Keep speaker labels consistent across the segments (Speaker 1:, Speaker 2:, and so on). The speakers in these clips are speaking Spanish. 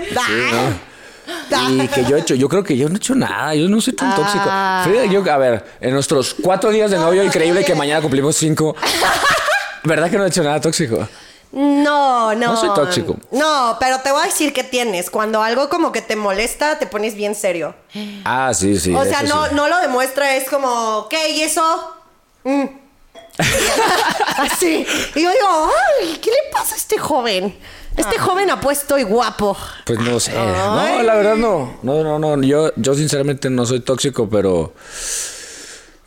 Speaker 1: Y que yo he hecho, yo creo que yo no he hecho nada, yo no soy tan tóxico.
Speaker 2: Ah.
Speaker 1: Frida, yo, a ver, en nuestros cuatro días de novio, increíble que mañana cumplimos cinco. ¿Verdad que no he hecho nada tóxico?
Speaker 2: No, no.
Speaker 1: No soy tóxico.
Speaker 2: No, pero te voy a decir que tienes. Cuando algo como que te molesta, te pones bien serio.
Speaker 1: Ah, sí, sí.
Speaker 2: o sea,
Speaker 1: eso
Speaker 2: no,
Speaker 1: sí.
Speaker 2: no lo demuestra, es como, ¿qué? ¿Y eso? Mm. Así. Y yo digo, ay, ¿qué le pasa a este joven? Este joven apuesto y guapo.
Speaker 1: Pues no sé. No, la verdad no. No, no, no. Yo, yo sinceramente no soy tóxico, pero.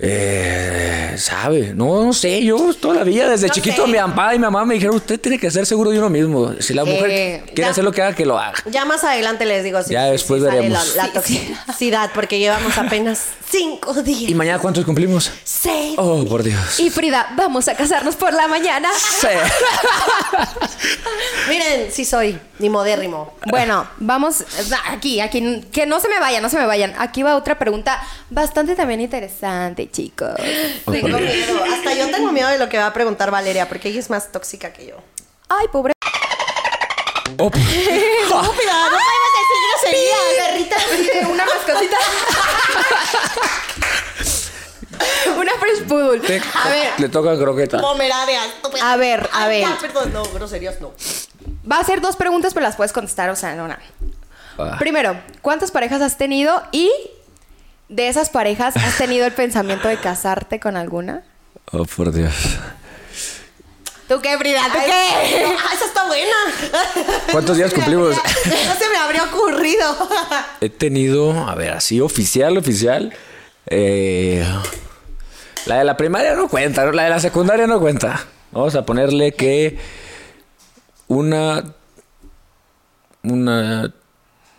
Speaker 1: Eh, sabe, no, no sé, yo toda la vida desde chiquito mi papá y mi mamá me dijeron, usted tiene que ser seguro de uno mismo, si la mujer
Speaker 3: Eh,
Speaker 1: quiere hacer lo que haga, que lo haga.
Speaker 2: Ya más adelante les digo si
Speaker 1: Ya después veremos.
Speaker 2: la, la toxicidad, porque llevamos apenas cinco días.
Speaker 1: ¿Y mañana cuántos cumplimos?
Speaker 2: Seis.
Speaker 1: Oh, por Dios.
Speaker 3: Y Frida, vamos a casarnos por la mañana.
Speaker 2: Miren, sí soy, ni modérrimo.
Speaker 3: Bueno, vamos da- aquí, aquí, que no se me vayan, no se me vayan. Aquí va otra pregunta bastante también interesante, chicos.
Speaker 2: Tengo miedo. Hasta yo tengo miedo de lo que va a preguntar Valeria, porque ella es más tóxica que yo.
Speaker 3: Ay, pobre.
Speaker 1: Oh,
Speaker 2: Estúpida, no podemos decir groserías, perrita.
Speaker 3: Una mascotita. Una fresh poodle.
Speaker 1: te-
Speaker 3: A ver,
Speaker 1: Le toca croqueta.
Speaker 2: Pomerania, estúpida.
Speaker 3: A ver, a
Speaker 2: Ay,
Speaker 3: ver.
Speaker 2: ya, perdón, no, groserías no.
Speaker 3: va a ser dos preguntas, pero las puedes contestar, o sea, en una. Primero, ¿cuántas parejas has tenido? Y de esas parejas, ¿has tenido el pensamiento de casarte con alguna?
Speaker 1: Oh, por Dios.
Speaker 3: ¿Tú qué, Frida? ¿Tú qué?
Speaker 2: Ah, esa está buena.
Speaker 1: ¿Cuántos días cumplimos?
Speaker 2: No se me habría ocurrido.
Speaker 1: He tenido, a ver, así oficial, oficial. eh, la de la primaria no cuenta, ¿no? la de la secundaria no cuenta. Vamos a ponerle que una, una,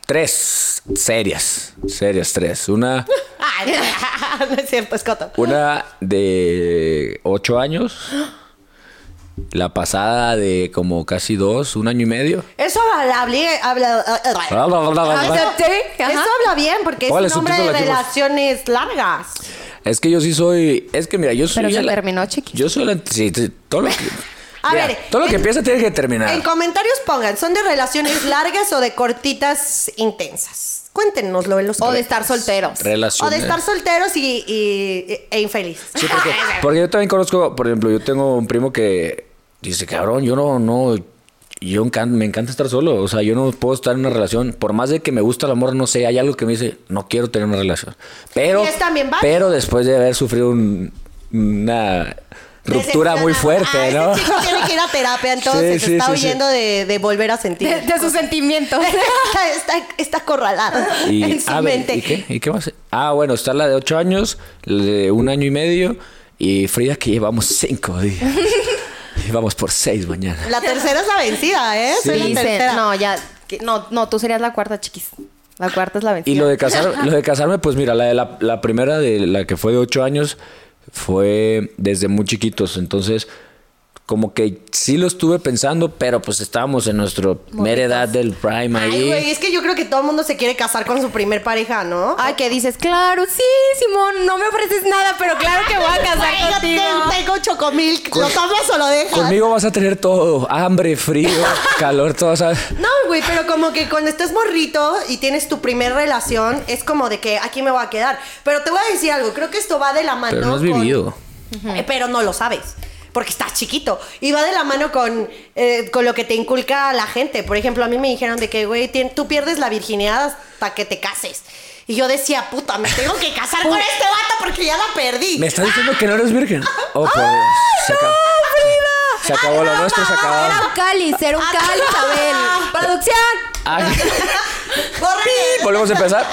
Speaker 1: tres serias, serias tres. Una,
Speaker 2: Ay, no es cierto, es coto.
Speaker 1: una de ocho años. La pasada de como casi dos, un año y medio.
Speaker 2: Eso habla, habla, habla- Ah,
Speaker 3: Acéptate. Ajá.
Speaker 2: Eso habla bien porque es
Speaker 1: Póngale
Speaker 2: un hombre de
Speaker 1: subtítulo aquí, por-
Speaker 2: relaciones largas.
Speaker 1: Es que yo sí soy. Es que mira, yo soy.
Speaker 3: Pero
Speaker 1: ya
Speaker 3: se
Speaker 1: la-
Speaker 3: terminó, chiquito.
Speaker 1: Yo soy la. Sí, sí, todo lo que.
Speaker 2: A
Speaker 1: Mira,
Speaker 2: ver,
Speaker 1: Todo lo que
Speaker 2: en-
Speaker 1: empieza tiene que terminar.
Speaker 2: En comentarios pongan, ¿son de relaciones largas o de cortitas intensas? Cuéntenoslo en los
Speaker 3: O de
Speaker 2: comentarios.
Speaker 3: estar solteros.
Speaker 2: O
Speaker 1: Relaciones.
Speaker 2: de estar solteros y, y- e infelices.
Speaker 1: Sí, porque, porque yo también conozco, por ejemplo, yo tengo un primo que dice, cabrón, yo no, no, yo encan- me encanta estar solo, o sea, yo no puedo estar en una relación, por más de que me gusta el amor, no sé, hay algo que me dice, no quiero tener una relación. Pero,
Speaker 2: Y es también válido.
Speaker 1: pero después de haber sufrido un- una ruptura muy fuerte,
Speaker 2: Ah, ese
Speaker 1: ¿no?
Speaker 2: chico tiene que ir a terapia, entonces
Speaker 1: Sí, sí,
Speaker 2: está
Speaker 1: sí, sí.
Speaker 2: huyendo De, de volver a
Speaker 3: De,
Speaker 2: sentir.
Speaker 3: de sus sentimientos.
Speaker 2: está, está, está acorralado en su
Speaker 1: a ver,
Speaker 2: mente.
Speaker 1: ¿y qué? ¿Y qué más? Ah, bueno, está la de ocho años, la de un año y medio y Frida que llevamos cinco días. y vamos por seis mañana.
Speaker 2: La tercera es la vencida, ¿eh? Soy la
Speaker 3: Dicen,
Speaker 2: tercera.
Speaker 3: no, ya. que- No, no, tú serías la cuarta, chiquis. La cuarta es la vencida.
Speaker 1: Y lo de, casar, lo de casarme, pues mira, la, de la, la primera de la que fue de ocho años fue desde muy chiquitos, entonces como que sí lo estuve pensando, pero pues estábamos en nuestra mera edad del prime
Speaker 2: Ay,
Speaker 1: ahí.
Speaker 2: güey, es que yo creo que todo el mundo se quiere casar con su primer pareja, ¿no?
Speaker 3: Ah, Ay, que dices, claro, sí, Simón, no me ofreces nada, pero claro que voy a casar
Speaker 2: Güey, yo
Speaker 3: contigo.
Speaker 2: te- tengo chocomilk? ¿Lo tomas o lo dejas?
Speaker 1: Conmigo vas a tener todo, hambre, frío, calor, todo. ¿sabes?
Speaker 2: No, güey, pero como que cuando estás morrito y tienes tu primer relación, es como de que aquí me voy a quedar. Pero te voy a decir algo, creo que esto va de la mano.
Speaker 1: Pero no has
Speaker 2: con-
Speaker 1: vivido. Mm.
Speaker 2: Eh, pero no lo sabes. Porque estás chiquito. Y va de la mano con, eh, con lo que te inculca la gente. Por ejemplo, a mí me dijeron de que, güey, tien- tú pierdes la virginidad hasta que te cases. Y yo decía, puta, me tengo que casar con este vato porque ya la perdí.
Speaker 1: ¿Me estás diciendo que no eres virgen? Oh, por Dios. Se acabó. Se acabó lo nuestro, se acabó.
Speaker 3: Era un cáliz, era un cáliz, Abel. ¡Producción!
Speaker 1: Ay,
Speaker 2: Corre.
Speaker 1: Volvemos a empezar.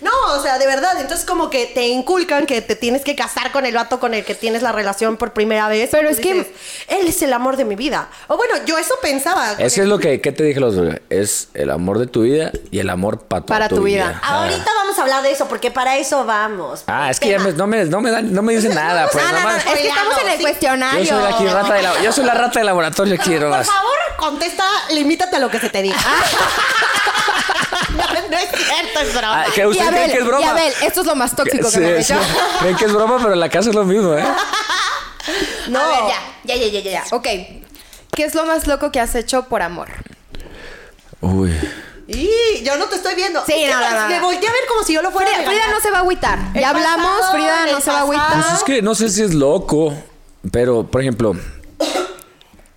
Speaker 2: No, o sea, de verdad. Entonces, como que te inculcan que te tienes que casar con el vato con el que tienes la relación por primera vez.
Speaker 3: Pero
Speaker 2: Y
Speaker 3: es
Speaker 2: tú
Speaker 3: que-
Speaker 2: dices, Él es el amor de mi vida. O bueno, yo eso pensaba.
Speaker 1: Es que es lo que, ¿qué te dije los dos? Es el amor de tu vida y el amor para
Speaker 3: Para tu
Speaker 1: tu
Speaker 3: vida.
Speaker 1: vida.
Speaker 2: Ahorita vamos a hablar de eso porque para eso vamos.
Speaker 1: Ah, es que ya me- no, me, no, me dan, no me dicen nada, pues
Speaker 2: no, Ah, no,
Speaker 1: nada más.
Speaker 2: no,
Speaker 3: Es que estamos en el
Speaker 2: Sí.
Speaker 1: Yo
Speaker 3: cuestionario.
Speaker 1: soy aquí rata de la, yo soy la rata de laboratorio aquí
Speaker 2: Por
Speaker 1: nomás.
Speaker 2: favor, contesta, limítate a lo que se te diga. no, no es cierto, es broma.
Speaker 1: Ah, que
Speaker 3: Y
Speaker 1: ustedes creen
Speaker 3: Abel,
Speaker 1: que es broma.
Speaker 3: y Abel, esto es lo más tóxico que
Speaker 1: Sí,
Speaker 3: me han
Speaker 1: sí.
Speaker 3: hecho.
Speaker 1: Creen que es broma, pero en la casa es lo mismo, ¿eh?
Speaker 3: No.
Speaker 2: A ver,
Speaker 3: ya, ya, ya, ya, ya. Ok. ¿Qué es lo más loco que has hecho por amor?
Speaker 1: Uy. Pues
Speaker 2: Y yo no te estoy viendo.
Speaker 3: Sí,
Speaker 2: Es que
Speaker 3: no, no, no.
Speaker 2: Me volteé a ver como si yo lo fuera. a
Speaker 3: Frida, Frida
Speaker 2: regañar.
Speaker 3: no se va a agüitar.
Speaker 2: El
Speaker 3: Ya hablamos,
Speaker 2: pasado,
Speaker 3: Frida no
Speaker 2: el
Speaker 3: se va a
Speaker 1: Pues
Speaker 3: agüitar.
Speaker 1: es que no sé si es loco, pero por ejemplo,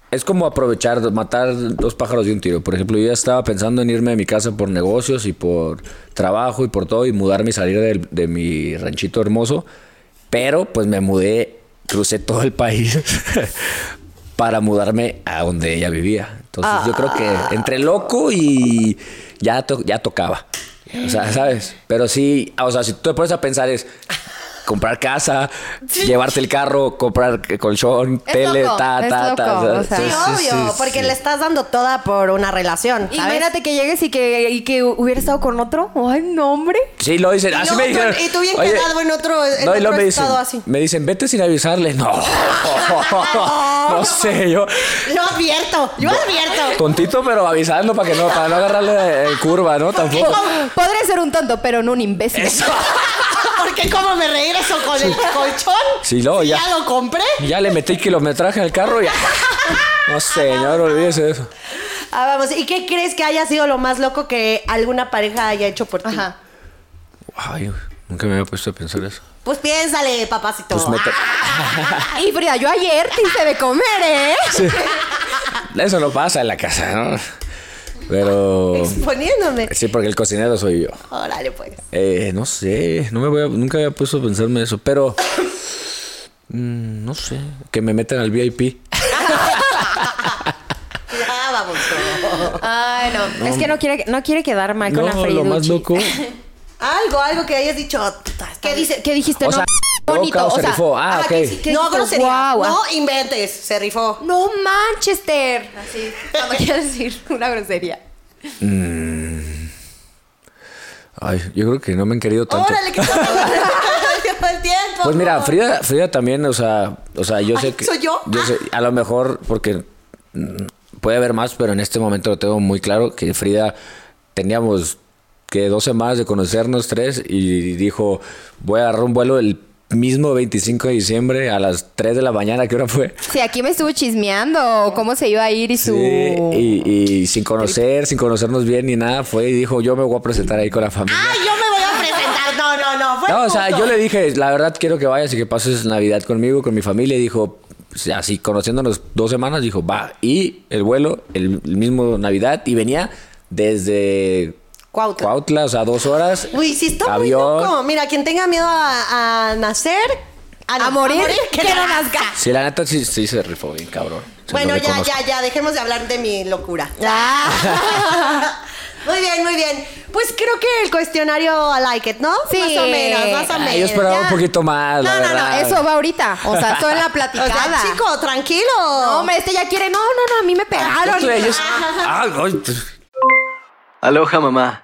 Speaker 1: es como aprovechar, matar dos pájaros de un tiro. Por ejemplo, yo ya estaba pensando en irme de mi casa por negocios y por trabajo y por todo y mudarme y salir del- de, mi ranchito hermoso, pero pues me mudé, crucé todo el país. Para mudarme a donde ella vivía. Entonces, yo creo que entre loco y ya, to- ya tocaba. O sea, ¿sabes? Pero sí, o sea, si tú te pones a pensar, es comprar casa, llevarte el carro, comprar eh, colchón,
Speaker 3: Es
Speaker 1: tele,
Speaker 3: loco,
Speaker 1: ta,
Speaker 3: es
Speaker 1: ta, ta.
Speaker 3: loco,
Speaker 1: ta.
Speaker 3: o sea.
Speaker 2: Sí, obvio, porque le estás dando toda por una relación. ¿sabes?
Speaker 3: Imagínate que llegues y que, y que hubiera estado con otro. Ay, no, hombre.
Speaker 1: Sí, lo dicen.
Speaker 2: Y
Speaker 1: Así
Speaker 2: luego
Speaker 1: me
Speaker 2: tú-
Speaker 1: dijeron.
Speaker 2: y tú bien quedado en otro- en
Speaker 1: y luego
Speaker 2: otro
Speaker 1: me dicen,
Speaker 2: estado así.
Speaker 1: Me dicen, vete sin avisarle. No. no sé, yo.
Speaker 2: Yo advierto, yo advierto.
Speaker 1: Tontito, pero avisando para que no, para no agarrarle eh, curva, ¿no? Tampoco.
Speaker 3: Oh, Podré ser un tonto, pero no un imbécil.
Speaker 1: Eso.
Speaker 2: Porque como me regreso con el colchón.
Speaker 1: Sí, no,
Speaker 2: si
Speaker 1: ya.
Speaker 2: lo compré.
Speaker 1: Ya le metí kilometraje al carro ya. No, señor, olvídese de eso.
Speaker 2: Ah, vamos. ¿Y qué crees que haya sido lo más loco que alguna pareja haya hecho por ti?
Speaker 3: Ajá.
Speaker 1: Ay, nunca me había puesto a pensar eso.
Speaker 2: Pues piénsale, papacito.
Speaker 1: Pues me
Speaker 2: Ah,
Speaker 1: to-
Speaker 3: Y Frida, yo ayer te hice de comer, ¿eh?
Speaker 1: Eso no pasa en la casa, ¿no? Pero.
Speaker 2: exponiéndome.
Speaker 1: Sí, porque el cocinero soy yo.
Speaker 2: pues Órale, pues.
Speaker 1: Eh, no sé, no me voy a- nunca había puesto a pensarme eso, pero. mm, no sé, que me metan al VIP.
Speaker 2: Ya, Ah, vamos.
Speaker 3: Ay, no. Es que no quiere, no quiere quedar mal con la
Speaker 1: No,
Speaker 3: Frida.
Speaker 1: lo más loco.
Speaker 2: Algo, algo que hayas dicho.
Speaker 3: ¿Qué, dice, ¿Qué dijiste?
Speaker 1: O
Speaker 3: no,
Speaker 1: sea,
Speaker 3: bonito.
Speaker 1: loca o
Speaker 3: o
Speaker 1: se
Speaker 3: sea,
Speaker 1: rifó. Ah,
Speaker 3: ajá,
Speaker 1: ok.
Speaker 3: ¿qué- qué
Speaker 2: No,
Speaker 3: dijiste?
Speaker 2: grosería.
Speaker 3: Guau,
Speaker 2: No inventes. Se rifó.
Speaker 3: No Manchester. Así, cuando quieras decir una grosería.
Speaker 1: Ay, yo creo que no me han querido tanto.
Speaker 2: Órale, que Lleva el tiempo.
Speaker 1: Pues mira, Frida, Frida también, o sea, o sea, yo sé
Speaker 2: Ay,
Speaker 1: que.
Speaker 2: ¿soy yo? Ah.
Speaker 1: sé- a lo mejor, porque mm, puede haber más, pero en este momento lo tengo muy claro que Frida teníamos que dos semanas de conocernos tres y dijo, voy a agarrar un vuelo el mismo 25 de diciembre a las 3 de la mañana, ¿qué hora fue?
Speaker 3: Sí, aquí me estuvo chismeando cómo se iba a ir y su...
Speaker 1: Sí, y, y sin conocer, sin conocernos bien ni nada, fue y dijo, yo me voy a presentar ahí con la familia.
Speaker 2: Ay, yo me voy a presentar. No, no, no. Fue
Speaker 1: No, o sea,
Speaker 2: justo.
Speaker 1: yo le dije, la verdad quiero que vayas y que pases Navidad conmigo, con mi familia. Y dijo, pues, así conociéndonos dos semanas, dijo, va. Y el vuelo, el, el mismo Navidad, y venía desde
Speaker 2: Cuautla.
Speaker 1: o sea, dos horas.
Speaker 2: Uy, sí está muy loco. Mira, quien tenga miedo a, a nacer,
Speaker 3: A morir,
Speaker 2: que
Speaker 3: que
Speaker 2: no
Speaker 3: no
Speaker 2: nazca.
Speaker 1: Sí, la neta sí, sí se rifó bien, cabrón. Se lo
Speaker 2: Bueno, ya,
Speaker 1: reconozco.
Speaker 2: ya, ya, dejemos de hablar de mi locura.
Speaker 3: Ah,
Speaker 2: muy bien, muy bien. Pues creo que el cuestionario I like it, ¿no?
Speaker 3: Sí.
Speaker 2: Más o menos, más o
Speaker 3: Ay,
Speaker 2: menos.
Speaker 1: Ay, yo esperaba
Speaker 2: ya.
Speaker 1: un poquito más, la
Speaker 3: No, no, no,
Speaker 1: verdad.
Speaker 3: eso va ahorita. O sea, estoy en la
Speaker 2: O
Speaker 3: platicada.
Speaker 2: sea, chico, tranquilo.
Speaker 3: No, hombre, este ya quiere... No, no, no, a mí me
Speaker 1: Yo
Speaker 3: pegaron.
Speaker 1: creo que ellos- Ah, ay, pues,
Speaker 4: Aloha, mamá.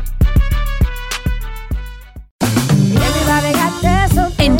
Speaker 5: En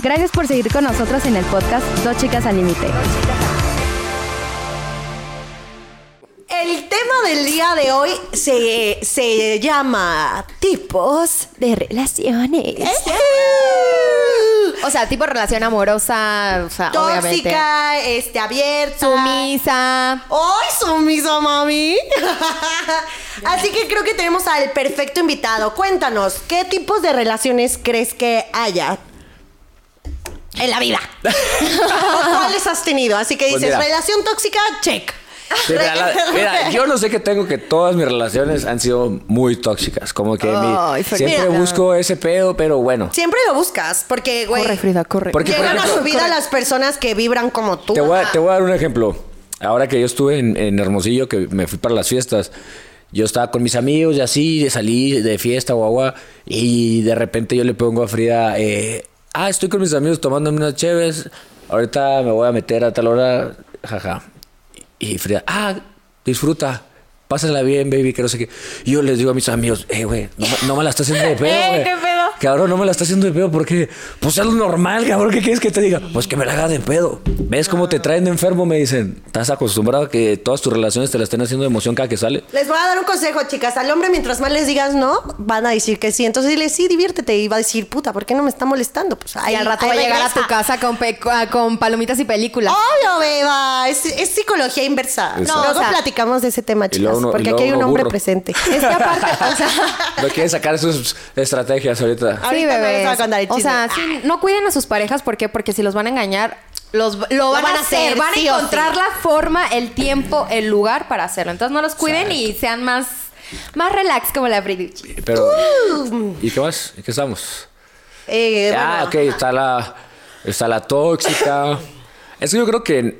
Speaker 3: Gracias por seguir con nosotros en el podcast Dos Chicas al Límite.
Speaker 2: El tema del día de hoy se, se llama tipos de relaciones.
Speaker 3: ¿Eh? O sea, tipo relación amorosa, o sea, obviamente.
Speaker 2: Tóxica, este, abierta.
Speaker 3: Sumisa.
Speaker 2: ¡Ay, sumisa, mami! Así que creo que tenemos al perfecto invitado. Cuéntanos, ¿qué tipos de relaciones crees que haya en la vida? ¿O ¿Cuáles has tenido? Así que
Speaker 1: Pues
Speaker 2: dices,
Speaker 1: mira.
Speaker 2: relación tóxica, check.
Speaker 1: Sí, mira, la- mira, yo no sé qué tengo que todas mis relaciones han sido muy tóxicas. Como que mi-
Speaker 3: Ay,
Speaker 1: siempre
Speaker 2: mira.
Speaker 1: busco ese pedo, pero bueno.
Speaker 2: Siempre lo buscas, porque, güey,
Speaker 3: Corre, Frida, corre.
Speaker 1: Porque, por
Speaker 2: llegan a
Speaker 1: ejemplo,
Speaker 2: su vida las personas que vibran como tú.
Speaker 1: Te voy, a, te voy a dar un ejemplo. Ahora que yo estuve en, en Hermosillo, que me fui para las fiestas, yo estaba con mis amigos y así, salí de fiesta, guagua, y de repente yo le pongo a Frida, eh, ah, estoy con mis amigos tomándome unas cheves, ahorita me voy a meter a tal hora, jaja. Y Frida, ah, disfruta. Pásala bien, baby, que no sé qué. Y Yo les digo a mis amigos, eh, güey, no, me- no me la estás haciendo de pedo,
Speaker 3: Eh,
Speaker 1: güey.
Speaker 3: ¿qué pedo?
Speaker 1: Cabrón, no me la estás haciendo de pedo porque, pues es lo normal, cabrón, ¿qué quieres que te diga? Pues que me la haga de pedo. ¿Ves cómo
Speaker 3: Ah.
Speaker 1: te traen de enfermo? Me dicen, estás acostumbrado a que todas tus relaciones te la estén haciendo de emoción cada que sale.
Speaker 2: Les voy a dar un consejo, chicas. Al hombre, mientras más les digas no, van a decir que sí. Entonces dile, sí, diviértete. Y va a decir, puta, ¿por qué no me está molestando? Pues ahí,
Speaker 3: y al rato
Speaker 2: ahí
Speaker 3: va a llegar a
Speaker 2: regresa.
Speaker 3: tu casa con, pe- ah, con palomitas y películas.
Speaker 2: Obvio, beba. Es, es psicología inversa.
Speaker 1: Exacto.
Speaker 2: Luego
Speaker 3: o sea-
Speaker 2: platicamos de ese tema, chicas.
Speaker 1: luego uno- y
Speaker 2: porque
Speaker 1: luego
Speaker 2: aquí hay un
Speaker 1: uno
Speaker 2: hombre
Speaker 1: burro.
Speaker 2: presente.
Speaker 3: Es que aparte, o sea,
Speaker 1: No quieren sacar sus estrategias ahorita.
Speaker 3: Sí,
Speaker 2: Ahorita no les
Speaker 3: bebés.
Speaker 2: voy a contar el
Speaker 3: o
Speaker 2: chisme.
Speaker 3: sea, sí, no cuiden a sus parejas ¿por qué? porque si los van a engañar, los, lo, van, a hacer. van
Speaker 2: sí o
Speaker 3: a
Speaker 2: sí.
Speaker 3: encontrar la forma, el tiempo, el lugar para hacerlo. Entonces no los cuiden y sean más, más relax como la Briduchi.
Speaker 1: Pero, ¿y qué más? ¿Y qué estamos?
Speaker 2: Eh, bueno,
Speaker 1: ah, ok, está la, está la tóxica. Es que yo creo que en,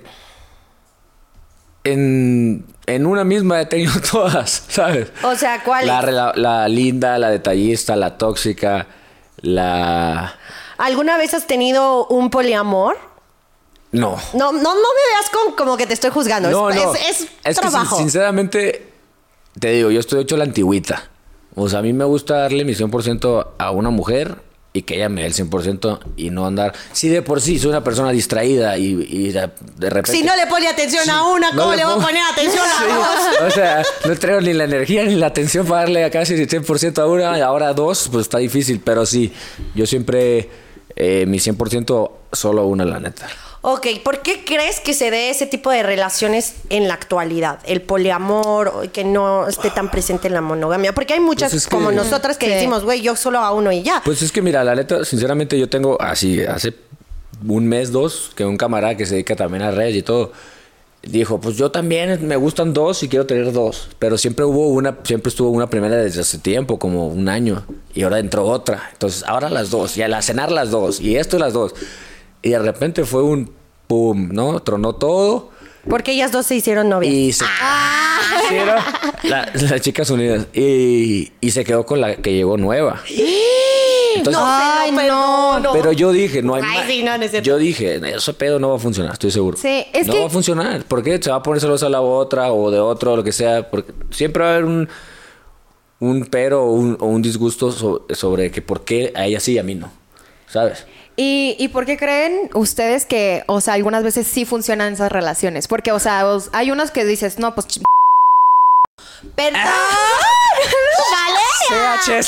Speaker 1: en, en una misma he tenido todas, ¿sabes?
Speaker 2: O sea, ¿cuál
Speaker 1: La,
Speaker 2: es?
Speaker 1: rela- la linda, la detallista, la tóxica, la...
Speaker 2: ¿Alguna vez has tenido un poliamor?
Speaker 1: No.
Speaker 2: No, no, no me veas con, como que te estoy juzgando.
Speaker 1: No,
Speaker 2: es,
Speaker 1: no.
Speaker 2: es- es
Speaker 1: que sin-
Speaker 2: trabajo.
Speaker 1: sinceramente, te digo, yo estoy hecho la antigüita. O sea, a mí me gusta darle mi 100% a una mujer y que ella me dé el 100% y no andar... Si de por sí soy una persona distraída y, y de de repente...
Speaker 2: si no le pone atención a una,
Speaker 1: No
Speaker 2: ¿cómo
Speaker 1: le
Speaker 2: le voy a
Speaker 1: pongo-
Speaker 2: poner atención a
Speaker 1: Sí,
Speaker 2: dos?
Speaker 1: O sea, no traigo ni la energía ni la atención para darle a casi 100% a una, y ahora a dos, pues está difícil, pero sí, yo siempre eh, mi 100% solo a una, la neta.
Speaker 2: Ok, ¿por qué crees que se dé ese tipo de relaciones en la actualidad? El poliamor, o que no esté tan presente en la monogamia. Porque hay muchas
Speaker 1: Pues es que-
Speaker 2: como nosotras que
Speaker 3: Sí.
Speaker 2: decimos, güey, yo solo a uno y ya.
Speaker 1: Pues es que mira, la neta, sinceramente yo tengo así, hace un mes, dos, que un camarada que se dedica también a redes y todo, dijo, pues yo también me gustan dos y quiero tener dos, pero siempre hubo una, siempre estuvo una primera desde hace tiempo, como un año, y ahora entró otra, entonces ahora las dos, y a la cenar las dos, y esto las dos, y de repente fue un pum, ¿no? Tronó todo.
Speaker 2: Porque ellas dos se hicieron novias.
Speaker 1: Y se. Sí, ¿no? La- las chicas unidas. Y, y se quedó con la que llegó nueva. Entonces,
Speaker 2: Ay, no, no.
Speaker 1: pero yo dije, no hay
Speaker 2: Ay,
Speaker 1: ma-
Speaker 2: sí, no, no es cierto.
Speaker 1: Yo dije, ese pedo no va a funcionar, estoy seguro.
Speaker 3: Sí, es
Speaker 1: no
Speaker 3: que-
Speaker 1: va a funcionar. Porque se va a poner celosa la otra o de otro, lo que sea. Porque siempre va a haber un, un pero o un, o un disgusto so- sobre que por qué a ella sí y a mí no. ¿Sabes?
Speaker 3: ¿Y, ¿Y por qué creen ustedes que, o sea, algunas veces sí funcionan esas relaciones? Porque, o sea, os- hay unos que dices, no, pues... ch- ¡Perdón! ¡Valeria!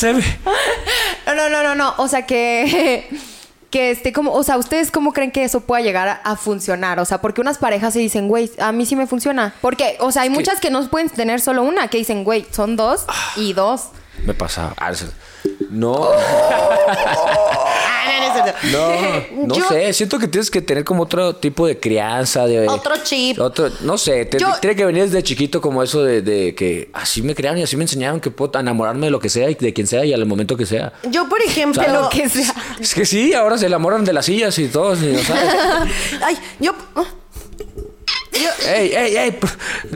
Speaker 3: No, no, no, no, no. O sea que que esté como, o sea, ¿ustedes cómo creen que eso pueda llegar a, a funcionar? O sea, porque unas parejas se dicen, güey, a mí sí me funciona. Porque, o sea, hay muchas que no pueden tener solo una, que dicen, güey, son dos y dos.
Speaker 1: Me pasa. Ah, es- No,
Speaker 2: Ah,
Speaker 1: no, no
Speaker 2: Yo-
Speaker 1: sé. Siento que tienes que tener como otro tipo de crianza. De,
Speaker 2: Otro chip.
Speaker 1: Otro, no sé, te-
Speaker 2: Yo-
Speaker 1: tiene que venir desde chiquito como eso de, de que así me crearon y así me enseñaron que puedo enamorarme de lo que sea y de quien sea y al momento que sea.
Speaker 2: Yo, por ejemplo,
Speaker 1: Claro. Lo que Es que sí, ahora se enamoran de las sillas y todos y no saben.
Speaker 2: Ay, yo. oh,
Speaker 1: ¡Ey, ey, ey! pr-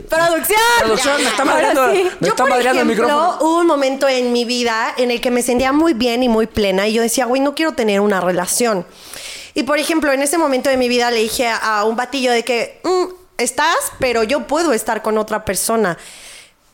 Speaker 2: Producción.
Speaker 1: Producción, me está
Speaker 2: Ahora
Speaker 1: madreando-
Speaker 2: sí.
Speaker 1: me
Speaker 2: yo,
Speaker 1: está
Speaker 2: por
Speaker 1: madreando el
Speaker 2: ejemplo,
Speaker 1: micrófono.
Speaker 2: Hubo un momento en mi vida en el que me sentía muy bien y muy plena y yo decía, güey, no quiero tener una relación. Y por ejemplo, en ese momento de mi vida le dije a un batillo de que "Mm, estás, pero yo puedo estar con otra persona.